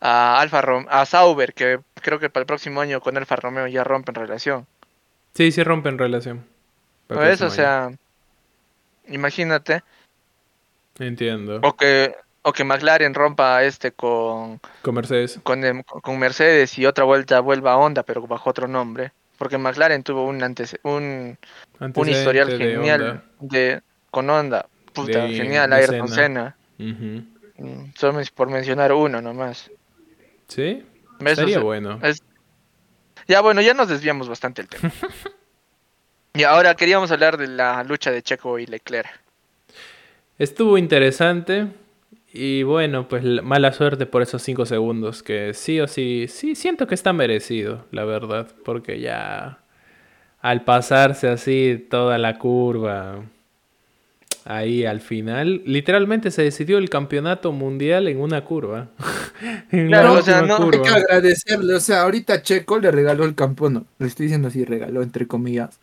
Speaker 2: a Alfa Romeo, a Sauber, que creo que para el próximo año con Alfa Romeo ya rompen relación.
Speaker 1: Sí, sí rompen relación. Para
Speaker 2: Por
Speaker 1: el
Speaker 2: eso, o
Speaker 1: próximo año.
Speaker 2: sea, imagínate,
Speaker 1: Entiendo.
Speaker 2: o que, o que McLaren rompa este con,
Speaker 1: Con Mercedes.
Speaker 2: con, em- con Mercedes y otra vuelta vuelva a Honda, pero bajo otro nombre. Porque McLaren tuvo un, antes, un, un
Speaker 1: antecedente de
Speaker 2: historial genial
Speaker 1: Honda.
Speaker 2: de, con Honda. Puta,
Speaker 1: De-
Speaker 2: genial,
Speaker 1: de
Speaker 2: Ayrton
Speaker 1: Senna.
Speaker 2: Senna.
Speaker 1: Ujú.
Speaker 2: Mm, Solo por mencionar uno nomás.
Speaker 1: Sí,
Speaker 2: Eso
Speaker 1: estaría
Speaker 2: se-
Speaker 1: bueno.
Speaker 2: es- Ya bueno, ya nos desviamos bastante el tema. y ahora queríamos hablar de la lucha de Checo y Leclerc.
Speaker 1: Estuvo interesante. Y bueno, pues la- mala suerte por esos 5 segundos. Que sí o sí, sí siento que está merecido, la verdad. Porque ya al pasarse así toda la curva, ahí al final, literalmente se decidió el campeonato mundial en una curva. En la
Speaker 2: Claro, o sea,
Speaker 1: última
Speaker 2: no-
Speaker 3: Hay que
Speaker 1: curva.
Speaker 3: agradecerle, o sea, ahorita Checo le regaló el campeonato, le estoy diciendo así, regaló entre comillas,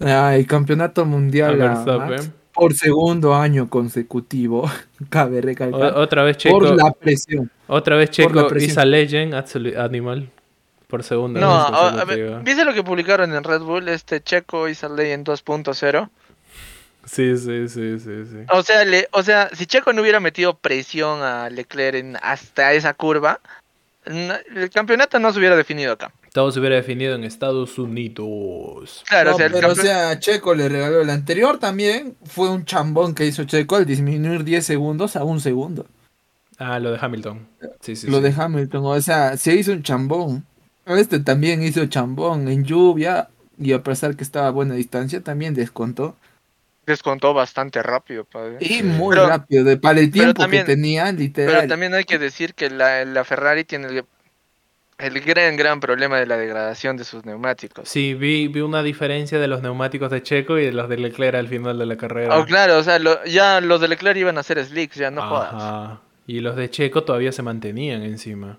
Speaker 3: ah, el campeonato
Speaker 1: A
Speaker 3: mundial a
Speaker 1: Verstappen.
Speaker 3: Max por segundo año consecutivo, cabe
Speaker 1: O-
Speaker 3: recalcar,
Speaker 1: otra vez Checo,
Speaker 3: por la presión.
Speaker 1: otra vez
Speaker 3: por la
Speaker 1: Checo
Speaker 3: presión.
Speaker 1: is a legend, absolu- animal, por segunda
Speaker 2: No, ah,
Speaker 1: vez
Speaker 2: a- a ver,
Speaker 1: consecutiva.
Speaker 2: ¿viste lo que publicaron en Red Bull? Este Checo y Saldey en 2.0.
Speaker 1: Sí, sí, sí, sí, sí.
Speaker 2: O sea, le, o sea, si Checo no hubiera metido presión a Leclerc en- hasta esa curva, n- el campeonato no se hubiera definido acá.
Speaker 1: Todo se hubiera definido en Estados Unidos.
Speaker 2: Claro,
Speaker 3: No,
Speaker 2: o sea, el
Speaker 3: pero o
Speaker 2: campeón-
Speaker 3: sea, Checo le regaló el anterior también, fue un chambón que hizo Checo al disminuir 10 segundos a un segundo.
Speaker 1: Ah, lo de Hamilton. Sí, sí.
Speaker 3: Lo
Speaker 1: sí.
Speaker 3: de Hamilton, o sea, se hizo un chambón. Este también hizo chambón en lluvia y a pesar que estaba a buena distancia también descontó.
Speaker 2: descontó bastante rápido. padre.
Speaker 3: Y muy
Speaker 2: ¿eh? Pero-
Speaker 3: rápido, de, para el
Speaker 2: pero
Speaker 3: tiempo
Speaker 2: también-
Speaker 3: que tenía,
Speaker 2: Pero
Speaker 3: literal.
Speaker 2: también hay que decir que la, la Ferrari tiene el, el gran, gran problema de la degradación de sus neumáticos.
Speaker 1: Sí, vi, vi una diferencia de los neumáticos de Checo y de los de Leclerc al final de la carrera.
Speaker 2: Oh, claro, o sea, lo- ya los de Leclerc iban a ser slicks, ya no jodas.
Speaker 1: Ajá. Y los de Checo todavía se mantenían encima.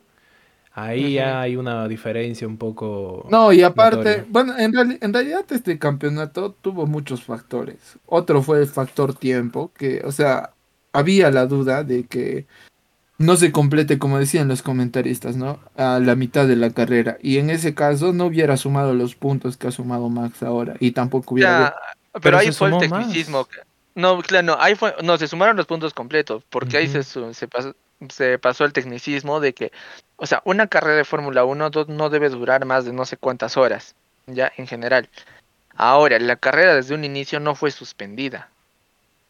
Speaker 1: Ahí ya hay una diferencia un poco.
Speaker 3: No, y aparte,
Speaker 1: notoria.
Speaker 3: bueno, en, reali- en realidad este campeonato tuvo muchos factores. Otro fue el factor tiempo, que, o sea, había la duda de que no se complete, como decían los comentaristas, ¿no? A la mitad de la carrera. Y en ese caso no hubiera sumado los puntos que ha sumado Max ahora. Y tampoco
Speaker 2: O sea,
Speaker 3: hubiera...
Speaker 2: pero,
Speaker 1: Pero
Speaker 2: ahí
Speaker 1: se
Speaker 2: fue el
Speaker 1: sumó
Speaker 2: tecnicismo.
Speaker 1: más.
Speaker 2: que- No, claro, no, ahí fue, no, se sumaron los puntos completos, porque ahí
Speaker 1: Ujú.
Speaker 2: se, su- se, pasó, se pasó el tecnicismo de que, o sea, una carrera de Fórmula 1 do- no debe durar más de no sé cuántas horas, ya en general. Ahora, la carrera desde un inicio no fue suspendida,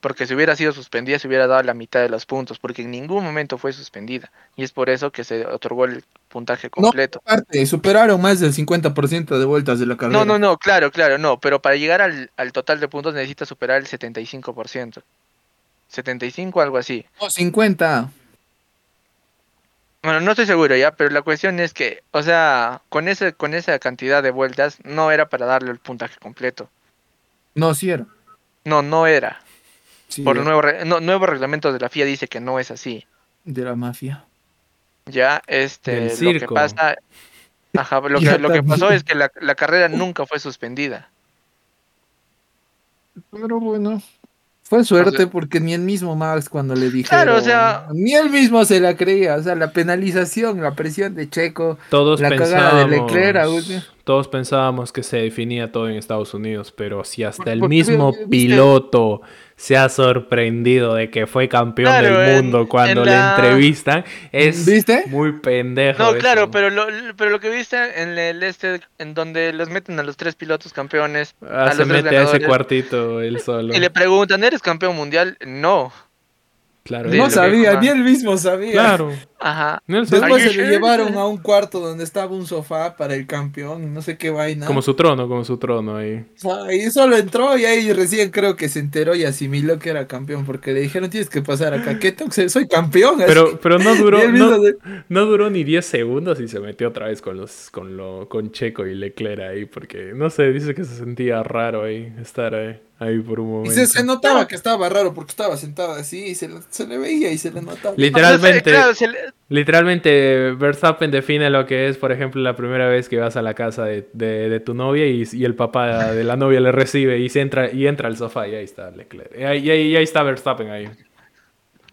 Speaker 2: porque si hubiera sido suspendida se hubiera dado la mitad de los puntos, porque en ningún momento fue suspendida, y es por eso que se otorgó el puntaje completo.
Speaker 3: Aparte, superaron más del 50% de vueltas de la carrera.
Speaker 2: No, no, no, claro, claro, no, pero para llegar al, al total de puntos necesitas superar el 75%. 75, algo así.
Speaker 3: No, 50.
Speaker 2: Bueno, no estoy seguro ya, pero la cuestión es que, o sea, con ese, con esa cantidad de vueltas no era para darle el puntaje completo.
Speaker 3: No, sí era.
Speaker 2: No, no era.
Speaker 3: Sí, eh.
Speaker 2: Por el
Speaker 3: de-
Speaker 2: nuevo, re- no, nuevo reglamento de la FIA dice que no es así.
Speaker 3: de la mafia.
Speaker 2: Ya,
Speaker 1: Del
Speaker 2: este, lo que
Speaker 1: circo.
Speaker 2: pasa. Ajá, lo que,
Speaker 3: Ya
Speaker 2: lo que pasó
Speaker 3: también.
Speaker 2: es que la, la carrera nunca fue suspendida.
Speaker 3: Pero bueno, fue suerte
Speaker 2: O sea-
Speaker 3: porque ni el mismo Max cuando le dijeron,
Speaker 2: Claro, o sea-
Speaker 3: ni él mismo se la creía, o sea, la penalización, la presión de Checo,
Speaker 1: Todos
Speaker 3: La cagada de
Speaker 1: pensábamos,
Speaker 3: Leclerc, Agustín.
Speaker 1: todos pensábamos que se definía todo en Estados Unidos, pero si hasta el
Speaker 3: Porque,
Speaker 1: mismo
Speaker 3: viste-
Speaker 1: piloto se ha sorprendido de que fue campeón
Speaker 2: Claro,
Speaker 1: del
Speaker 2: en-
Speaker 1: mundo cuando
Speaker 2: en
Speaker 1: le
Speaker 2: la-
Speaker 1: entrevistan, es
Speaker 3: ¿Viste?
Speaker 1: muy pendejo.
Speaker 2: No,
Speaker 1: eso.
Speaker 2: claro, pero lo, pero lo que viste en el este, en donde los meten a los tres pilotos campeones,
Speaker 1: Ah,
Speaker 2: a
Speaker 1: se
Speaker 2: los tres
Speaker 1: mete a ese
Speaker 2: ganadores,
Speaker 1: cuartito él solo.
Speaker 2: y le preguntan, ¿eres campeón mundial? No.
Speaker 1: Claro,
Speaker 2: Sí,
Speaker 3: no
Speaker 2: lo que
Speaker 3: sabía,
Speaker 2: dijo,
Speaker 3: ni
Speaker 2: ah.
Speaker 3: él mismo sabía.
Speaker 1: Claro.
Speaker 2: Ajá.
Speaker 1: Nelson,
Speaker 3: Después
Speaker 2: Are you
Speaker 3: se lo
Speaker 2: sure?
Speaker 3: llevaron a un cuarto donde estaba un sofá para el campeón, no sé qué vaina.
Speaker 1: como su trono, como su trono ahí.
Speaker 3: Ah, Y solo entró y ahí recién creo que se enteró y asimiló que era campeón porque le dijeron tienes que pasar acá. ¿Qué tengo que hacer? Soy campeón. así
Speaker 1: Pero,
Speaker 3: que-
Speaker 1: pero no
Speaker 3: y
Speaker 1: duró,
Speaker 3: él mismo
Speaker 1: no,
Speaker 3: de-
Speaker 1: no duró ni 10 segundos y se metió otra vez con los, con lo, con Checo y Leclerc ahí, porque no sé, dice que se sentía raro ahí, estar ahí, ahí por un
Speaker 3: y
Speaker 1: momento.
Speaker 3: se, se notaba que estaba raro porque estaba sentado así y se, le- se le veía y se le notaba.
Speaker 1: Literalmente,
Speaker 2: O sea, claro, se le-
Speaker 1: literalmente Verstappen define lo que es, por ejemplo, la primera vez que vas a la casa de, de- de tu novia y, y el papá de la novia le recibe y se entra y entra al sofá y ahí está Leclerc. Y ahí, y ahí- y ahí está Verstappen ahí.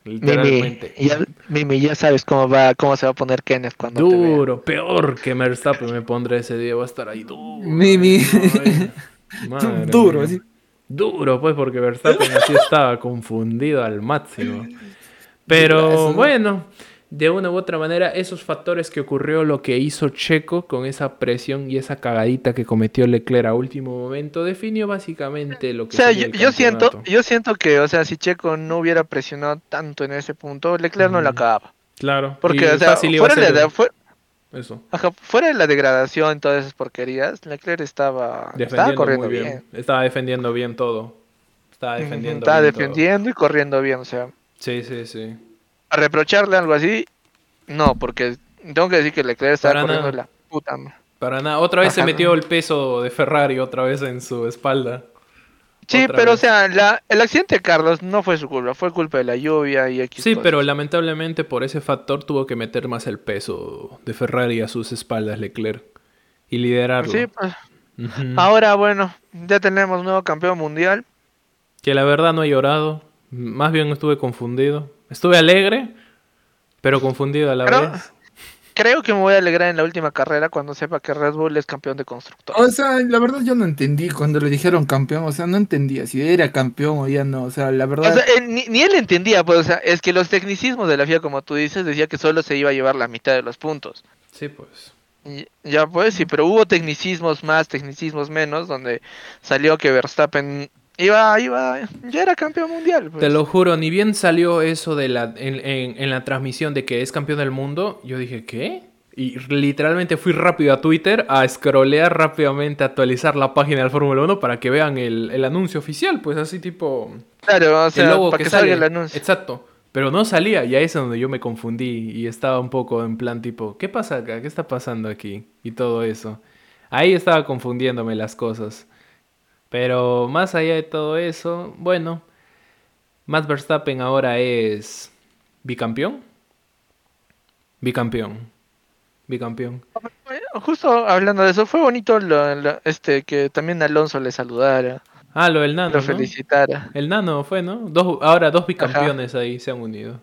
Speaker 2: Mimi,
Speaker 1: Literalmente.
Speaker 2: ya, Mimi, ya sabes cómo va, cómo se va a poner Kenneth cuando te vea.
Speaker 1: Duro, peor que Verstappen me pondré ese día, voy a estar ahí duro.
Speaker 3: Mimi.
Speaker 1: ahí. Madre
Speaker 3: Duro,
Speaker 1: mía.
Speaker 3: así.
Speaker 1: Duro, pues, porque Verstappen así estaba confundido al máximo. Pero
Speaker 3: Eso, ¿no?
Speaker 1: bueno, de una u otra manera, esos factores que ocurrió, lo que hizo Checo con esa presión y esa cagadita que cometió Leclerc a último momento, definió básicamente lo
Speaker 2: O
Speaker 1: que
Speaker 2: sea,
Speaker 1: sería
Speaker 2: yo,
Speaker 1: el
Speaker 2: yo siento,
Speaker 1: campeonato.
Speaker 2: yo siento que, o sea, si Checo no hubiera presionado tanto en ese punto, Leclerc no la
Speaker 1: Mm.
Speaker 2: acababa.
Speaker 1: Claro,
Speaker 2: Porque,
Speaker 1: y
Speaker 2: o sea,
Speaker 1: fácil iba a
Speaker 2: fuera, de
Speaker 1: ser
Speaker 2: la, fue-
Speaker 1: eso.
Speaker 2: ajá, fuera de la degradación, todas esas porquerías, Leclerc estaba, estaba
Speaker 1: Defendiendo
Speaker 2: corriendo
Speaker 1: muy bien.
Speaker 2: bien.
Speaker 1: Estaba defendiendo bien todo. Estaba
Speaker 2: Ujú,
Speaker 1: defendiendo
Speaker 2: estaba
Speaker 1: bien todo.
Speaker 2: defendiendo y corriendo bien, o sea,
Speaker 1: Sí, sí, sí.
Speaker 2: a reprocharle algo así, no, porque tengo que decir que Leclerc estaba
Speaker 1: Para
Speaker 2: corriendo
Speaker 1: nada.
Speaker 2: la puta. ma-
Speaker 1: Para nada. Otra vez se
Speaker 2: Ajá.
Speaker 1: metió el peso de Ferrari otra vez en su espalda.
Speaker 2: Sí,
Speaker 1: Otra
Speaker 2: pero,
Speaker 1: vez.
Speaker 2: o sea, la, el accidente de Carlos no fue su culpa, fue culpa de la lluvia y X.
Speaker 1: Sí,
Speaker 2: cosas.
Speaker 1: pero lamentablemente por ese factor tuvo que meter más el peso de Ferrari a sus espaldas Leclerc y liderarlo.
Speaker 2: Sí, pues,
Speaker 1: Ujú.
Speaker 2: ahora, bueno, ya tenemos nuevo campeón mundial.
Speaker 1: Que la verdad no he llorado, más bien estuve confundido. Estuve alegre, pero confundido a la
Speaker 2: Pero-
Speaker 1: vez.
Speaker 2: Creo que me voy a alegrar en la última carrera cuando sepa que Red Bull es campeón de
Speaker 1: Oh,
Speaker 2: constructor.
Speaker 3: O sea, la verdad yo no entendí cuando le dijeron campeón, o sea, no entendía si era campeón o ya no, o sea, la verdad...
Speaker 2: O sea, él- ni, ni él entendía, pues, o sea, es que los tecnicismos de la FIA, como tú dices, decía que solo se iba a llevar la mitad de los puntos.
Speaker 1: Sí, pues.
Speaker 2: Y- ya pues, sí, pero hubo tecnicismos más, tecnicismos menos, donde salió que Verstappen iba, iba, ya era campeón mundial. pues.
Speaker 1: Te lo juro, ni bien salió eso de la, en, en- en la transmisión de que es campeón del mundo, yo dije, ¿qué? Y literalmente fui rápido a Twitter a scrollear rápidamente, a actualizar la página del Fórmula 1 para que vean el, el anuncio oficial, pues así tipo...
Speaker 2: Claro, o
Speaker 1: el
Speaker 2: sea,
Speaker 1: logo
Speaker 2: para
Speaker 1: que,
Speaker 2: que,
Speaker 1: sale.
Speaker 2: salga el anuncio.
Speaker 1: Exacto. Pero no salía y ahí es donde yo me confundí y estaba un poco en plan tipo, ¿qué pasa acá? ¿Qué está pasando aquí? Y todo eso. Ahí estaba confundiéndome las cosas. Pero más allá de todo eso, bueno, Max Verstappen ahora es bicampeón. Bicampeón. Bicampeón.
Speaker 2: Eh, Justo hablando de eso, fue bonito lo- lo- este que también Alonso le saludara,
Speaker 1: Ah, lo del nano.
Speaker 2: lo
Speaker 1: ¿no?
Speaker 2: felicitara.
Speaker 1: El nano fue, ¿no? Dos, ahora dos bicampeones ahí se han unido.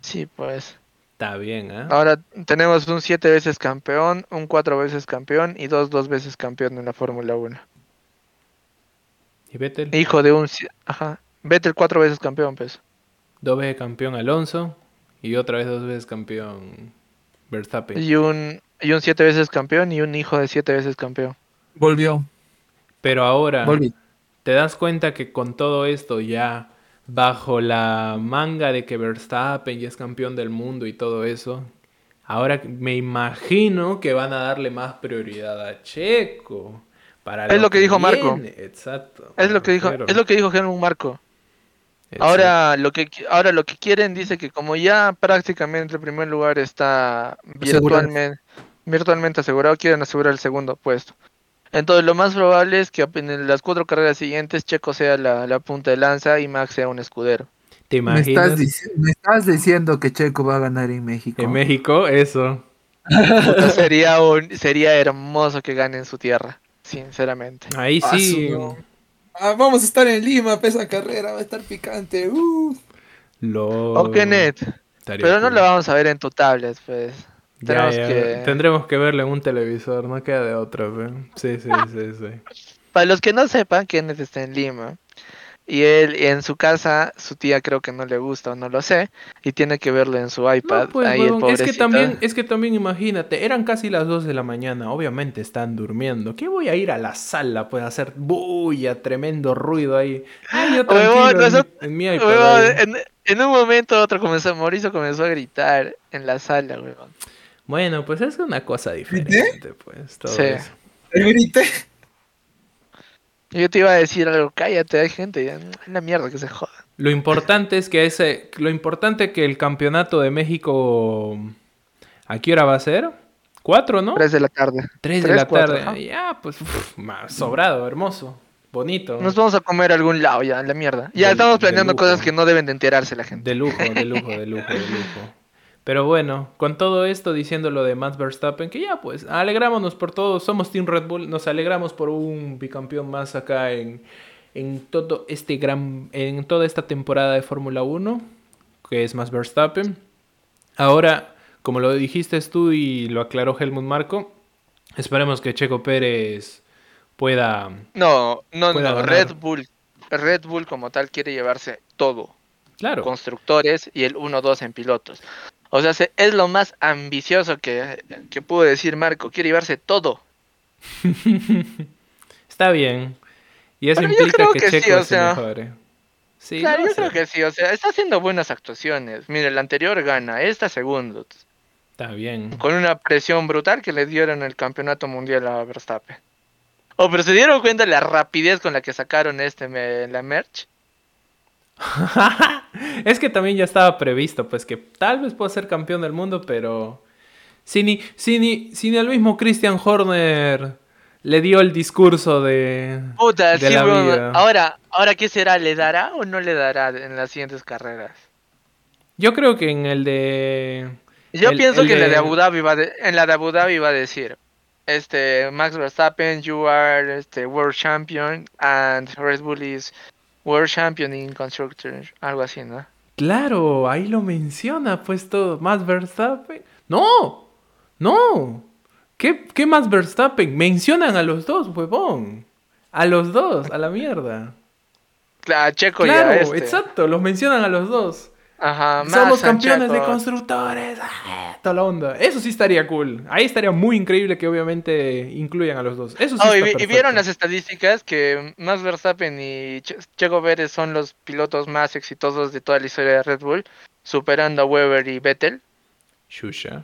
Speaker 2: Sí, pues.
Speaker 1: Está bien, ¿ah?
Speaker 2: Ahora tenemos un siete veces campeón, un cuatro veces campeón y dos dos veces campeón en la Fórmula 1.
Speaker 1: Y Vettel.
Speaker 2: Hijo de un... si- Ajá. Vettel cuatro veces campeón, pues.
Speaker 1: Dos veces campeón Alonso y otra vez dos veces campeón Verstappen.
Speaker 2: Y un, y un siete veces campeón y un hijo de siete veces campeón.
Speaker 3: Volvió,
Speaker 1: Pero ahora
Speaker 3: volvió.
Speaker 1: te das cuenta que con todo esto ya bajo la manga de que Verstappen ya es campeón del mundo y todo eso, ahora me imagino que van a darle más prioridad a Checo. Para
Speaker 2: Es lo que dijo Marco.
Speaker 1: viene. Exacto.
Speaker 2: Es lo que dijo,
Speaker 1: Claro.
Speaker 2: es lo que dijo Helmut Marco.
Speaker 1: Exacto.
Speaker 2: Ahora lo que qui- ahora lo que quieren dice que como ya prácticamente el primer lugar está
Speaker 3: Asegurado.
Speaker 2: virtualmente virtualmente asegurado, quieren asegurar el segundo puesto. Entonces lo más probable es que en las cuatro carreras siguientes Checo sea la, la punta de lanza y Max sea un escudero.
Speaker 1: ¿Te
Speaker 3: Me
Speaker 1: imaginas?
Speaker 3: estás, dici- me estás diciendo que Checo va a ganar en México.
Speaker 1: En México, eso.
Speaker 2: Puta, sería, un- sería hermoso que gane en su tierra, sinceramente.
Speaker 1: Ahí
Speaker 3: Ah,
Speaker 1: sí.
Speaker 3: su- no. Ah, vamos a estar en Lima, pues, esa carrera va a estar picante. uh.
Speaker 1: Lo...
Speaker 2: O Kenneth, pero no lo vamos a ver en totables, pues.
Speaker 1: Ya,
Speaker 2: Tenemos
Speaker 1: ya,
Speaker 2: que-
Speaker 1: Tendremos que verlo en un televisor, no queda de otra. pe. Sí, sí,
Speaker 2: Ah.
Speaker 1: sí, sí.
Speaker 2: Para los que no sepan, Kenneth está en Lima. Y él en su casa, su tía creo que no le gusta o no lo sé. Y tiene que verlo en su iPad.
Speaker 1: No, pues,
Speaker 2: ahí el
Speaker 1: huevón, es que
Speaker 2: pobrecito.
Speaker 1: también, es que también imagínate, eran casi las 2 de la mañana, obviamente están durmiendo. ¿Qué voy a ir a la sala? Pues a hacer bulla, tremendo ruido ahí. Ay, yo tranquilo
Speaker 2: Huevón,
Speaker 1: en,
Speaker 2: nosotros-
Speaker 1: mi- en mi iPad.
Speaker 2: Huevón, eh.
Speaker 1: ahí.
Speaker 2: en, en un momento u otro comenzó, Mauricio comenzó a gritar en la sala, huevón.
Speaker 1: Bueno, pues es una cosa diferente, pues, todo
Speaker 2: Sí.
Speaker 1: eso.
Speaker 3: Grité.
Speaker 2: Yo te iba a decir algo, cállate, hay gente, ya, la mierda que se joda.
Speaker 1: Lo importante es que ese, lo importante que el campeonato de México, ¿a qué hora va a ser? ¿Cuatro, no?
Speaker 2: Tres de la tarde.
Speaker 1: 3 de
Speaker 2: Tres,
Speaker 1: la
Speaker 2: cuatro,
Speaker 1: tarde.
Speaker 2: ajá.
Speaker 1: Ya, pues uf, ma- sobrado, hermoso, bonito.
Speaker 2: Nos vamos a comer a algún lado ya, la mierda. Ya
Speaker 1: Del-
Speaker 2: estamos
Speaker 1: de
Speaker 2: planeando
Speaker 1: lujo.
Speaker 2: cosas que no deben de enterarse la gente.
Speaker 1: De lujo, de lujo, de lujo, de lujo. Pero bueno, con todo esto diciendo lo de Max Verstappen, que ya pues, alegrámonos por todo, somos Team Red Bull, nos alegramos por un bicampeón más acá en, en todo este gran, en toda esta temporada de Fórmula 1, que es Max Verstappen. Ahora, como lo dijiste tú y lo aclaró Helmut Marco, esperemos que Checo Pérez pueda
Speaker 2: No, no,
Speaker 1: Pueda
Speaker 2: no,
Speaker 1: ganar.
Speaker 2: Red Bull. Red Bull como tal quiere llevarse todo.
Speaker 1: Claro.
Speaker 2: constructores y el 1-2 en pilotos. O sea, se- es lo más ambicioso que, que pudo decir Marco. Quiere llevarse todo.
Speaker 1: Está bien. Y eso
Speaker 2: Pero yo
Speaker 1: implica
Speaker 2: creo
Speaker 1: que,
Speaker 2: que sí,
Speaker 1: Checo
Speaker 2: o
Speaker 1: se
Speaker 2: sea.
Speaker 1: mejore. ¿eh? Sí,
Speaker 2: claro,
Speaker 1: lo
Speaker 2: yo
Speaker 1: hace.
Speaker 2: creo que sí. O sea, está haciendo buenas actuaciones. Mira, el anterior gana, esta segundo.
Speaker 1: Está bien.
Speaker 2: Con una presión brutal que le dieron el campeonato mundial a Verstappen. Oh, pero se dieron cuenta de la rapidez con la que sacaron este me- la merch.
Speaker 1: es que también ya estaba previsto, pues que tal vez pueda ser campeón del mundo, pero si ni, si ni, si ni el mismo Christian Horner le dio el discurso de...
Speaker 2: Puta,
Speaker 1: De
Speaker 2: sí,
Speaker 1: la
Speaker 2: weón.
Speaker 1: vida.
Speaker 2: Ahora, ahora qué será, ¿le dará o no le dará en las siguientes carreras?
Speaker 1: Yo creo que en el de...
Speaker 2: Yo
Speaker 1: El-
Speaker 2: pienso
Speaker 1: el
Speaker 2: que en la
Speaker 1: de-
Speaker 2: de Abu Dhabi va de- en la de Abu Dhabi va a decir este Max Verstappen you are este world champion and Red Bull is world champion in constructor algo así, ¿no?
Speaker 1: Claro, ahí lo menciona, pues todo. Max Verstappen. No, no. ¿Qué, qué Max Verstappen? Mencionan a los dos, huevón. A los dos, a la mierda.
Speaker 2: Claro, Checo
Speaker 1: Claro,
Speaker 2: ya este.
Speaker 1: exacto, los mencionan a los dos.
Speaker 2: Ajá,
Speaker 1: Somos
Speaker 2: Max and
Speaker 1: campeones de
Speaker 2: Checo.
Speaker 1: constructores. ¡ah! Toda la onda. Eso sí estaría cool. Ahí estaría muy increíble que obviamente incluyan a los dos. Eso sí.
Speaker 2: Oh, y,
Speaker 1: está
Speaker 2: vi- y vieron las
Speaker 1: perfecto.
Speaker 2: estadísticas que Max Verstappen y Che- Checo Pérez son los pilotos más exitosos de toda la historia de Red Bull, superando a Weber y Vettel.
Speaker 1: Shusha.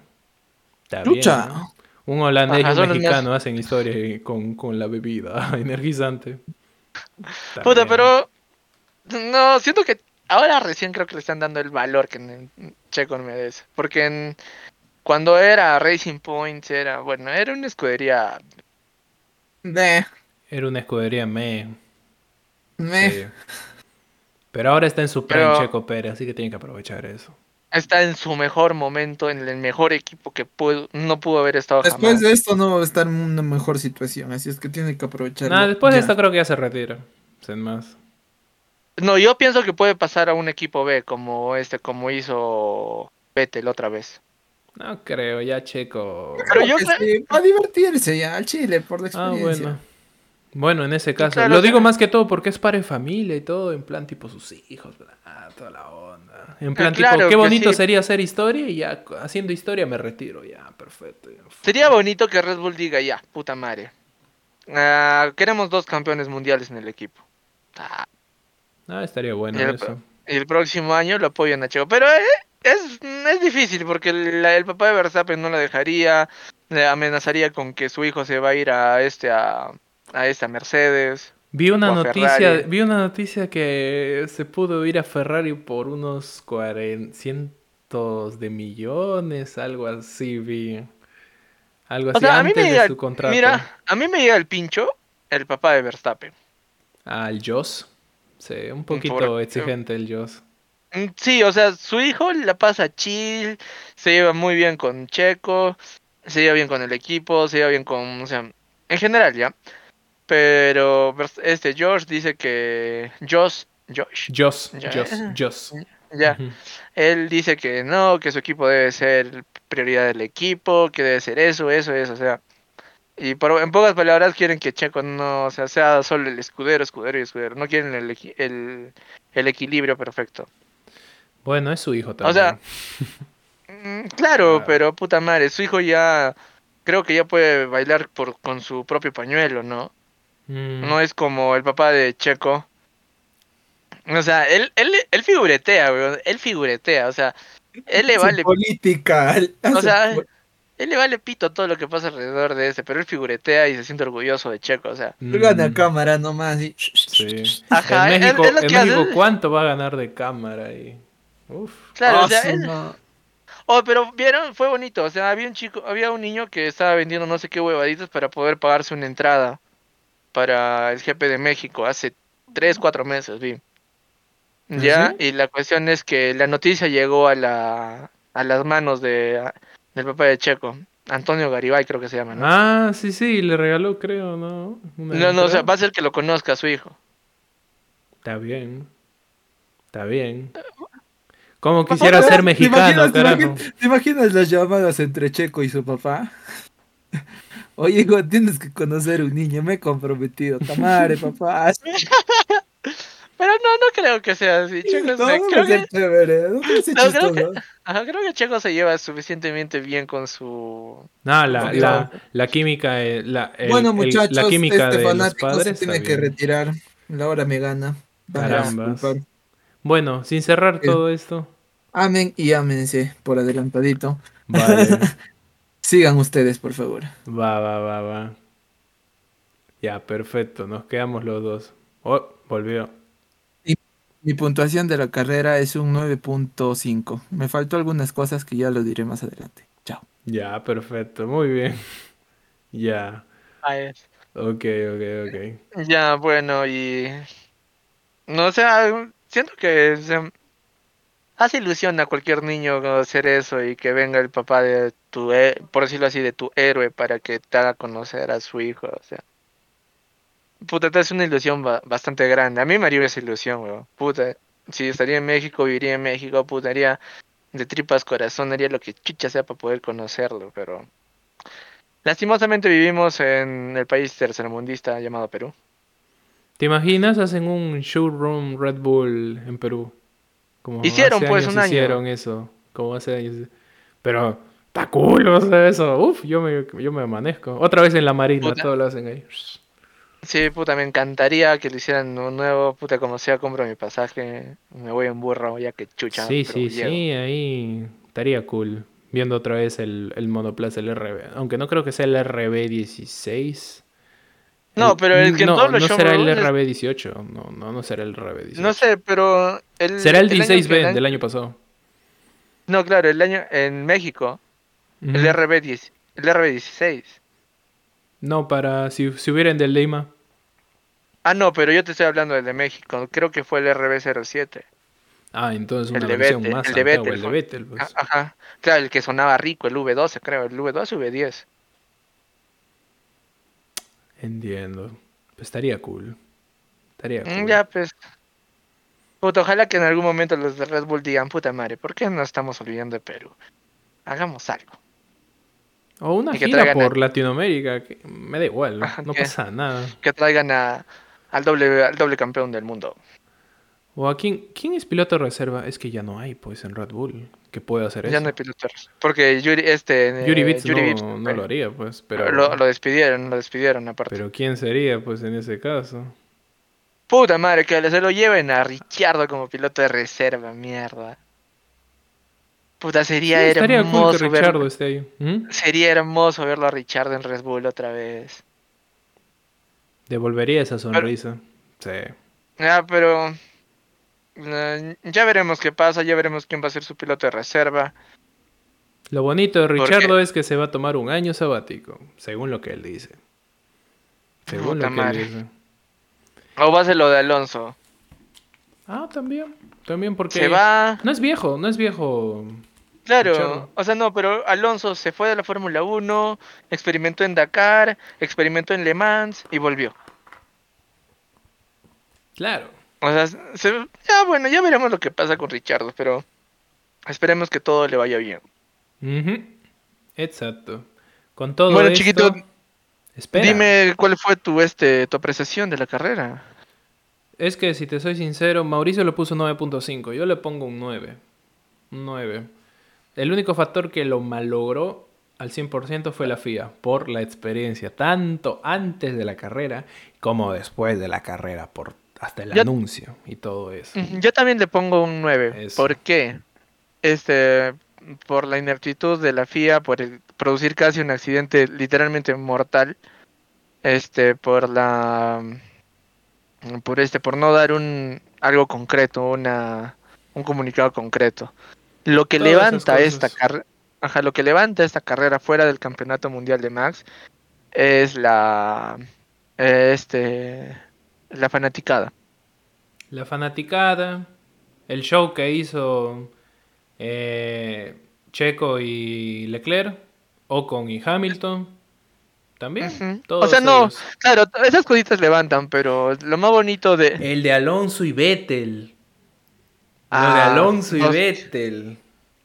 Speaker 1: Está bien,
Speaker 3: Lucha.
Speaker 1: ¿no? Un holandés
Speaker 2: Ajá,
Speaker 1: y
Speaker 2: son
Speaker 1: un
Speaker 2: los
Speaker 1: mexicano hacen historia y con, con la bebida energizante. Está
Speaker 2: Puta,
Speaker 1: bien.
Speaker 2: pero. No, siento que ahora recién creo que le están dando el valor que en- en Checo merece. Porque en- cuando era Racing Points, era. Bueno, era una escudería.
Speaker 3: Nah,
Speaker 1: Era una escudería me.
Speaker 3: meh.
Speaker 1: sí. Pero ahora está en su prime
Speaker 2: Pero-
Speaker 1: Checo Pérez, así que tienen que aprovechar eso.
Speaker 2: Está en su mejor momento, en el mejor equipo que pudo, no pudo haber estado
Speaker 3: Después
Speaker 2: jamás.
Speaker 3: de esto no va a estar en una mejor situación, así es que tiene que aprovecharlo.
Speaker 1: Nada, después de
Speaker 3: ya.
Speaker 1: esto creo que ya se retira. Sin más.
Speaker 2: No, yo pienso que puede pasar a un equipo B, como este, como hizo Vettel otra vez.
Speaker 1: No creo, ya Checo.
Speaker 2: Pero yo
Speaker 3: que
Speaker 2: creo-
Speaker 3: sí, va a divertirse ya al Chile por la
Speaker 1: Ah,
Speaker 3: experiencia.
Speaker 1: bueno. Bueno, en ese caso.
Speaker 2: claro,
Speaker 1: Lo
Speaker 2: o sea-
Speaker 1: digo más que todo porque es padre familia y todo, en plan tipo sus hijos, bla, ah, toda la onda. En plan
Speaker 2: Ah, claro
Speaker 1: tipo, qué
Speaker 2: que
Speaker 1: bonito
Speaker 2: sí.
Speaker 1: sería hacer historia y ya cu- haciendo historia me retiro, ya, perfecto. ya, f-
Speaker 2: Sería bonito que Red Bull diga ya, puta madre. Ah, queremos dos campeones mundiales en el equipo. Ah,
Speaker 1: Ah, estaría bueno
Speaker 2: Y el-
Speaker 1: eso.
Speaker 2: y el próximo año lo apoyan a Checo. Pero eh, es, es difícil porque el, el papá de Verstappen no lo dejaría, le amenazaría con que su hijo se va a ir a este a, a esta Mercedes.
Speaker 1: Vi una
Speaker 2: o a
Speaker 1: noticia,
Speaker 2: Ferrari.
Speaker 1: vi una noticia que se pudo ir a Ferrari por unos 40, cientos de millones, algo así vi. Algo
Speaker 2: O
Speaker 1: así
Speaker 2: sea, a mí
Speaker 1: Pues antes
Speaker 2: me
Speaker 1: de
Speaker 2: llega,
Speaker 1: su
Speaker 2: el-
Speaker 1: contrato.
Speaker 2: mira, a mí me llega el pincho el papá de Verstappen.
Speaker 1: Al Joss. Sí, un poquito
Speaker 2: Por-
Speaker 1: exigente el Joss.
Speaker 2: Mm, Sí, o sea, su hijo la pasa chill, se lleva muy bien con Checo, se lleva bien con el equipo, se lleva bien con, o sea, en general ya. Pero Vers- este Josh dice que Josh, Josh,
Speaker 1: Joss,
Speaker 2: Ya.
Speaker 1: Joss, Joss.
Speaker 2: ya,
Speaker 1: Ujú.
Speaker 2: él dice que no, que su equipo debe ser prioridad del equipo, que debe ser eso, eso, eso, o sea. Y por- en pocas palabras quieren que Checo no, o sea, sea solo el escudero, escudero y escudero, no quieren el equi- el- el equilibrio perfecto.
Speaker 1: Bueno, es su hijo también.
Speaker 2: O sea, mm, claro,
Speaker 1: Claro.
Speaker 2: pero puta madre, su hijo ya creo que ya puede bailar por con su propio pañuelo, ¿no?
Speaker 1: Mm,
Speaker 2: No es como el papá de Checo. O sea, él, él, él figuretea, weón. Él figuretea, o sea, él le
Speaker 3: Hace
Speaker 2: vale,
Speaker 3: política.
Speaker 1: Ah,
Speaker 2: o
Speaker 3: hace
Speaker 2: sea,
Speaker 3: po-
Speaker 2: él le vale pito todo lo que pasa alrededor de ese, pero él figuretea y se siente orgulloso de Checo, o sea.
Speaker 1: mm,
Speaker 3: él gana cámara nomás. y-
Speaker 1: sí.
Speaker 2: Ajá,
Speaker 1: en
Speaker 2: él-
Speaker 1: México,
Speaker 2: él lo
Speaker 1: en
Speaker 2: que hace-
Speaker 1: México, ¿cuánto va a ganar de cámara? Y... Uf.
Speaker 2: Claro, o sea,
Speaker 3: Ah, su
Speaker 2: él-
Speaker 3: ma-
Speaker 2: Oh, pero vieron, fue bonito. O sea, había un chico, había un niño que estaba vendiendo no sé qué huevaditos para poder pagarse una entrada para el GP de México hace 3, 4 meses, vi. Ya,
Speaker 1: ¿Ah, ¿Sí?
Speaker 2: y la cuestión es que la noticia llegó a la a las manos de a- del papá de Checo, Antonio Garibay creo que se llama, ¿no?
Speaker 1: Ah, sí, sí, le regaló, creo, ¿no? Una
Speaker 2: no, no, o sea,
Speaker 1: entrada.
Speaker 2: va a ser que lo conozca su hijo.
Speaker 1: Está bien. Está bien. Como
Speaker 3: Papá,
Speaker 1: quisiera
Speaker 3: ¿te
Speaker 1: ser
Speaker 3: imaginas-
Speaker 1: mexicano,
Speaker 3: te imaginas-
Speaker 1: carajo.
Speaker 3: ¿Te imaginas las llamadas entre Checo y su papá? Oye, hijo, tienes que conocer un niño, me he comprometido. Tamare, papá.
Speaker 2: Pero no, no creo que sea así. Checo es-
Speaker 3: No, no
Speaker 2: creo,
Speaker 3: me
Speaker 2: que,
Speaker 3: sé chévere, no me sé
Speaker 2: No, creo que-
Speaker 3: chistoso.
Speaker 2: ajá, creo que Checo se lleva suficientemente bien con su
Speaker 1: No, la,
Speaker 3: Digo-
Speaker 1: la, la química, eh, la, el-
Speaker 3: bueno,
Speaker 1: el-
Speaker 3: muchachos,
Speaker 1: la química
Speaker 3: este
Speaker 1: de los
Speaker 3: fanático se
Speaker 1: padres.
Speaker 3: tiene
Speaker 1: está
Speaker 3: que
Speaker 1: bien.
Speaker 3: retirar. La hora me gana. Van a
Speaker 1: Carambas.
Speaker 3: disculpar.
Speaker 1: Bueno, sin cerrar
Speaker 3: Sí.
Speaker 1: todo esto.
Speaker 3: Amen y ámense por adelantadito.
Speaker 1: Vale.
Speaker 3: Sigan ustedes, por favor.
Speaker 1: va, va, va, va. Ya, perfecto. Nos quedamos los dos. Oh, volvió.
Speaker 3: Mi puntuación de la carrera es un 9.5. Me faltó algunas cosas que ya lo diré más adelante. Chao.
Speaker 1: Ya, perfecto. Muy bien. ya.
Speaker 2: Ay,
Speaker 1: Ok, ok, ok.
Speaker 2: Ya, bueno, y... No sé, ah, siento que se... hace ilusión a cualquier niño hacer eso y que venga el papá de tu, he- por decirlo así, de tu héroe para que te haga conocer a su hijo, o sea. Puta, te hace una ilusión ba- bastante grande. A mí me haría esa ilusión, weón. Puta, si estaría en México, viviría en México, puta, haría de tripas corazón, haría lo que chicha sea para poder conocerlo, pero... Lastimosamente vivimos en el país tercermundista llamado Perú.
Speaker 1: ¿Te imaginas? Hacen un showroom Red Bull en Perú. Como
Speaker 2: Hicieron,
Speaker 1: hace
Speaker 2: pues,
Speaker 1: años
Speaker 2: un año.
Speaker 1: Hicieron eso. Como hace años. Pero está cool, o sea, eso. Uf, yo me, yo me amanezco. Otra vez en la marina,
Speaker 2: Puta.
Speaker 1: todo lo hacen ahí.
Speaker 2: Sí, puta, me encantaría que lo hicieran un nuevo, puta, como sea, compro mi pasaje, me voy en burro, ya que chucha.
Speaker 1: sí,
Speaker 2: pero
Speaker 1: sí,
Speaker 2: llego.
Speaker 1: sí, ahí estaría cool. Viendo otra vez el, el monoplaza, el RB. Aunque no creo que sea el RB16.
Speaker 2: No, pero es que en
Speaker 1: no,
Speaker 2: todos los
Speaker 1: no será el
Speaker 2: showrooms es-
Speaker 1: RB18. No, no, no será el RB18.
Speaker 2: No sé, pero el,
Speaker 1: Será el
Speaker 2: el año
Speaker 1: 16B
Speaker 2: que-
Speaker 1: del año pasado.
Speaker 2: No, claro, el año en México, el
Speaker 1: Ujú.
Speaker 2: RB10, el RB16.
Speaker 1: No, para si, si hubiera en del Lima.
Speaker 2: Ah, no, pero yo te estoy hablando del de México, creo que fue el RB07.
Speaker 1: Ah, entonces
Speaker 2: El
Speaker 1: una
Speaker 2: de
Speaker 1: versión
Speaker 2: Vettel,
Speaker 1: más
Speaker 2: el de
Speaker 1: antigua,
Speaker 2: Vettel
Speaker 1: el de
Speaker 2: fue.
Speaker 1: Vettel, pues.
Speaker 2: Ah, Ajá, claro, el que sonaba rico, el V12, creo, el V12, V10.
Speaker 1: Entiendo. Pues estaría cool. Estaría
Speaker 2: Mm,
Speaker 1: cool.
Speaker 2: Ya, pues. Puta, ojalá que en algún momento los de Red Bull digan, puta madre, ¿por qué no estamos olvidando de Perú? Hagamos algo.
Speaker 1: O una
Speaker 2: Y que
Speaker 1: gira
Speaker 2: traigan a-
Speaker 1: por Latinoamérica, que me da igual, no,
Speaker 2: Ajá,
Speaker 1: no
Speaker 2: ¿qué?
Speaker 1: pasa nada.
Speaker 2: Que traigan a, al, doble, al doble campeón del mundo.
Speaker 1: O a quién, quién es piloto de reserva, es que ya no hay, pues, en Red Bull, que pueda hacer
Speaker 2: Ya
Speaker 1: eso.
Speaker 2: no hay pilotos. Porque Yuri, este,
Speaker 1: Yuri
Speaker 2: eh,
Speaker 1: Vips no,
Speaker 2: Vips,
Speaker 1: no
Speaker 2: eh,
Speaker 1: lo haría, pues, pero,
Speaker 2: lo, lo despidieron, lo despidieron aparte.
Speaker 1: pero quién sería, pues, en ese caso.
Speaker 2: Puta madre, que se lo lleven a Ricciardo como piloto de reserva, mierda. Puta,
Speaker 1: Sí,
Speaker 2: sería
Speaker 1: estaría cool
Speaker 2: hermoso
Speaker 1: que
Speaker 2: verlo-
Speaker 1: Richardo esté ahí. ¿Mm?
Speaker 2: Sería hermoso verlo a Ricciardo en Red Bull otra vez.
Speaker 1: Devolvería esa sonrisa. Sí.
Speaker 2: Ya, Ah, pero eh, ya veremos qué pasa, ya veremos quién va a ser su piloto de reserva.
Speaker 1: Lo bonito de
Speaker 2: ¿Por
Speaker 1: Richardo
Speaker 2: qué?
Speaker 1: es que se va a tomar un año sabático, según lo que él dice. Según
Speaker 2: Puta
Speaker 1: lo que
Speaker 2: madre.
Speaker 1: él dice.
Speaker 2: O va a ser lo de Alonso.
Speaker 1: Ah, también. También porque.
Speaker 2: Se va.
Speaker 1: No es viejo, no es viejo.
Speaker 2: Claro,
Speaker 1: Richardo.
Speaker 2: o sea, no, pero Alonso se fue de la Fórmula 1, experimentó en Dakar, experimentó en Le Mans y volvió.
Speaker 1: Claro.
Speaker 2: O sea, se- ya bueno, ya veremos lo que pasa con Richardo, pero esperemos que todo le vaya bien.
Speaker 1: Ujú. Exacto. Con todo
Speaker 2: Bueno,
Speaker 1: esto-
Speaker 2: chiquito,
Speaker 1: Espera.
Speaker 2: Dime cuál fue tu este tu apreciación de la carrera.
Speaker 1: Es que si te soy sincero, Mauricio le puso 9.5, yo le pongo un 9. Un 9. El único factor que lo malogró al 100% fue la FIA, por la experiencia, tanto antes de la carrera como después de la carrera, por hasta el
Speaker 2: Yo-
Speaker 1: anuncio y todo eso.
Speaker 2: Ujú, Yo también le pongo un 9.
Speaker 1: Eso.
Speaker 2: ¿Por qué? Este, por la ineptitud de la FIA, por el- producir casi un accidente literalmente mortal. Este, por la por este, por no dar un algo concreto, una un comunicado concreto. Lo que
Speaker 1: Todas esas
Speaker 2: levanta esta
Speaker 1: cosas.
Speaker 2: carrera, ajá, lo que levanta esta carrera fuera del campeonato mundial de Max es la este la fanaticada.
Speaker 1: La fanaticada, el show que hizo eh, Checo y Leclerc, Ocon y Hamilton, también.
Speaker 2: Ujú.
Speaker 1: todos
Speaker 2: o sea, no,
Speaker 1: ellos.
Speaker 2: claro, t- esas cositas levantan, pero lo más bonito de...
Speaker 1: El de Alonso y Vettel. Lo de
Speaker 2: Ah,
Speaker 1: Alonso y
Speaker 2: dos-
Speaker 1: Vettel.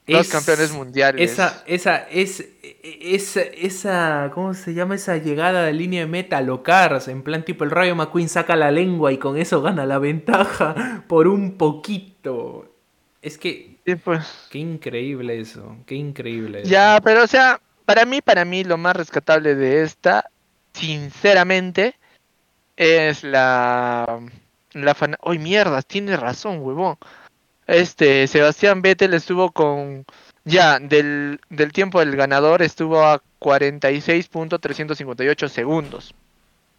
Speaker 2: dos campeones mundiales.
Speaker 1: Esa, esa, es, esa, esa, ¿cómo se llama? Esa llegada de línea de meta a Locars, en plan tipo el Rayo McQueen saca la lengua y con eso gana la ventaja por un poquito. Es que,
Speaker 2: Sí, pues.
Speaker 1: qué increíble eso, qué increíble. eso.
Speaker 2: Ya, pero o sea, para mí, para mí, lo más rescatable de esta, sinceramente, es la... La fan... ¡Ay, mierda! Tienes razón, huevón. Este, Sebastián Vettel estuvo con... Ya, del, del tiempo del ganador estuvo a 46.358 segundos.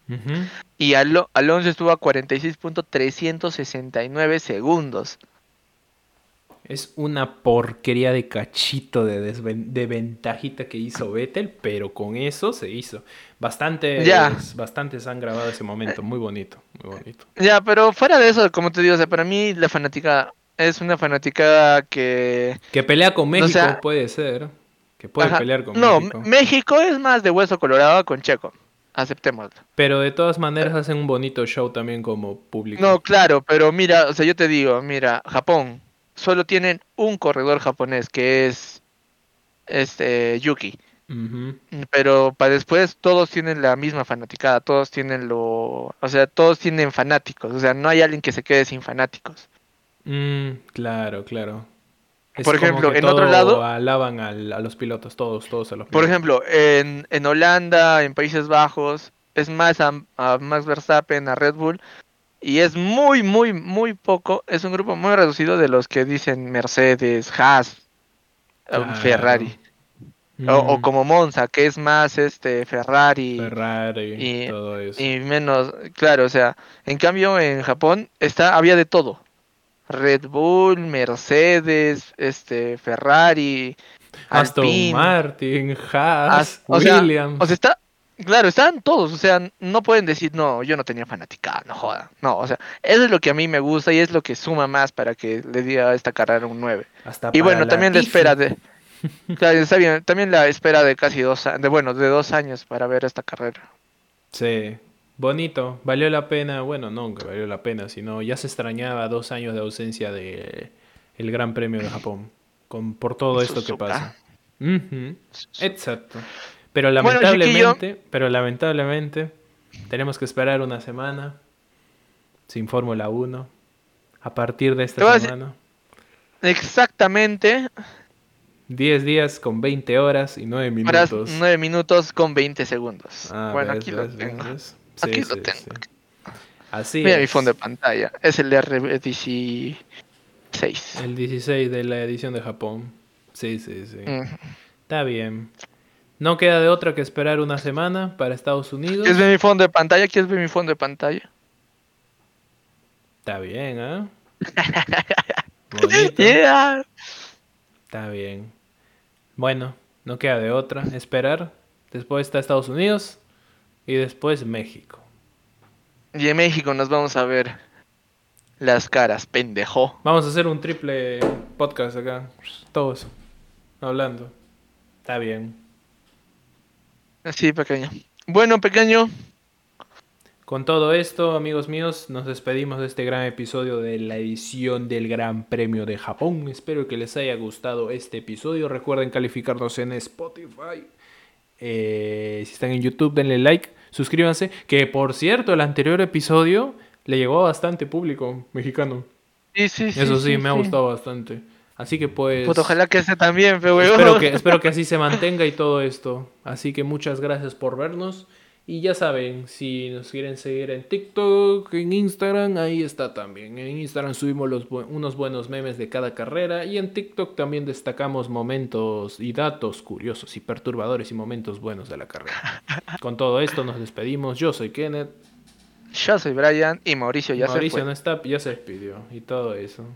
Speaker 1: Ujú.
Speaker 2: Y Alo- Alonso estuvo a 46.369 segundos.
Speaker 1: Es una porquería de cachito de, desven- de ventajita que hizo Vettel, pero con eso se hizo. Bastantes,
Speaker 2: Ya.
Speaker 1: bastantes han grabado ese momento, muy bonito, muy bonito.
Speaker 2: Ya, pero fuera de eso, como te digo, o sea, para mí la fanática es una fanática que...
Speaker 1: Que pelea con México,
Speaker 2: sea-
Speaker 1: puede ser. Que puede
Speaker 2: Ajá.
Speaker 1: pelear con
Speaker 2: no,
Speaker 1: México.
Speaker 2: México es más de hueso colorado con Checo. Aceptémoslo.
Speaker 1: Pero de todas maneras hacen un bonito show también como público.
Speaker 2: No, claro, pero mira, o sea, yo te digo, mira, Japón, solo tienen un corredor japonés que es este Yuki.
Speaker 1: Ujú.
Speaker 2: Mm, Pero para después todos tienen la misma fanaticada, todos tienen lo, o sea, todos tienen fanáticos, o sea, no hay alguien que se quede sin fanáticos.
Speaker 1: Mm, claro, claro.
Speaker 2: Por
Speaker 1: como
Speaker 2: ejemplo,
Speaker 1: que
Speaker 2: en otro
Speaker 1: todo
Speaker 2: lado-
Speaker 1: Alaban al- a los pilotos, todos, todos a los
Speaker 2: Por
Speaker 1: pilotos.
Speaker 2: ejemplo, en, en Holanda, en Países Bajos, es más a, a Max Verstappen, a Red Bull, y es muy, muy, muy poco, es un grupo muy reducido de los que dicen Mercedes, Haas, um,
Speaker 1: Claro.
Speaker 2: Ferrari, o, o
Speaker 1: Mm,
Speaker 2: como Monza, que es más este Ferrari,
Speaker 1: Ferrari,
Speaker 2: y-
Speaker 1: todo eso.
Speaker 2: y menos, claro, o sea, en cambio en Japón está había de todo. Red Bull, Mercedes, este Ferrari,
Speaker 1: Aston
Speaker 2: Alpine,
Speaker 1: Martin, Haas,
Speaker 2: As- o sea,
Speaker 1: Williams.
Speaker 2: o sea, está claro, estaban todos, o sea, no pueden decir, "No, yo no tenía fanaticada, no joda." No, o sea, eso es lo que a mí me gusta y es lo que suma más para que le diga a esta carrera un 9.
Speaker 1: hasta
Speaker 2: Y
Speaker 1: para
Speaker 2: bueno, también la
Speaker 1: Latifi.
Speaker 2: espera de Claro, está bien, también la espera de casi dos a- de bueno, de dos años para ver esta carrera.
Speaker 1: Sí, bonito, valió la pena. Bueno, no, que valió la pena, sino ya se extrañaba dos años de ausencia de el Gran Premio de Japón. Con, por todo esto que
Speaker 2: Suzuka.
Speaker 1: pasa. Ujú,
Speaker 2: Suzuka.
Speaker 1: Exacto. Pero
Speaker 2: Bueno,
Speaker 1: lamentablemente, pero lamentablemente, tenemos que esperar una semana sin Fórmula 1. A partir de
Speaker 2: Te voy a
Speaker 1: esta
Speaker 2: decir-
Speaker 1: semana.
Speaker 2: Exactamente,
Speaker 1: 10 días con 20 horas y 9
Speaker 2: horas,
Speaker 1: minutos.
Speaker 2: 9 minutos con 20 segundos.
Speaker 1: Ah,
Speaker 2: bueno,
Speaker 1: ves,
Speaker 2: aquí lo
Speaker 1: ves, ves,
Speaker 2: tengo.
Speaker 1: ves.
Speaker 2: Aquí lo tengo.
Speaker 1: sí. Así
Speaker 2: Mira mi
Speaker 1: es.
Speaker 2: fondo de pantalla. Es el RBDC 6.
Speaker 1: El 16 de la edición de Japón. Sí, sí, sí.
Speaker 2: Mm.
Speaker 1: Está bien. No queda de otra que esperar una semana para Estados Unidos.
Speaker 2: ¿Quieres ver mi fondo de pantalla? ¿Quieres ver mi fondo de pantalla?
Speaker 1: Está bien, ¿ah? Bonito.
Speaker 2: ¿Eh? Yeah.
Speaker 1: Está bien. Bueno, no queda de otra. Esperar. Después está Estados Unidos y después México.
Speaker 2: Y en México nos vamos a ver las caras, pendejo.
Speaker 1: Vamos a hacer un triple podcast acá. Todo eso. Hablando. Está bien.
Speaker 2: Así, pequeño. Bueno, pequeño,
Speaker 1: Con todo esto, amigos míos, nos despedimos de este gran episodio de la edición del Gran Premio de Japón. Espero que les haya gustado este episodio. Recuerden calificarnos en Spotify. Eh, si están en YouTube, denle like, suscríbanse. Que por cierto, el anterior episodio le llegó a bastante público mexicano.
Speaker 2: Sí, sí, sí.
Speaker 1: Eso sí, me ha gustado bastante. Así que pues...
Speaker 2: Puta, ojalá que ese también, pe huevón.
Speaker 1: Espero que, espero que así se mantenga y todo esto. Así que muchas gracias por vernos. Y ya saben, si nos quieren seguir en TikTok, en Instagram, ahí está también. En Instagram subimos los bu- unos buenos memes de cada carrera y en TikTok también destacamos momentos y datos curiosos y perturbadores y momentos buenos de la carrera. Con todo esto nos despedimos. Yo soy Kenneth.
Speaker 2: Yo soy Brian y Mauricio ya
Speaker 1: Mauricio
Speaker 2: se fue.
Speaker 1: no está, ya se despidió y todo eso.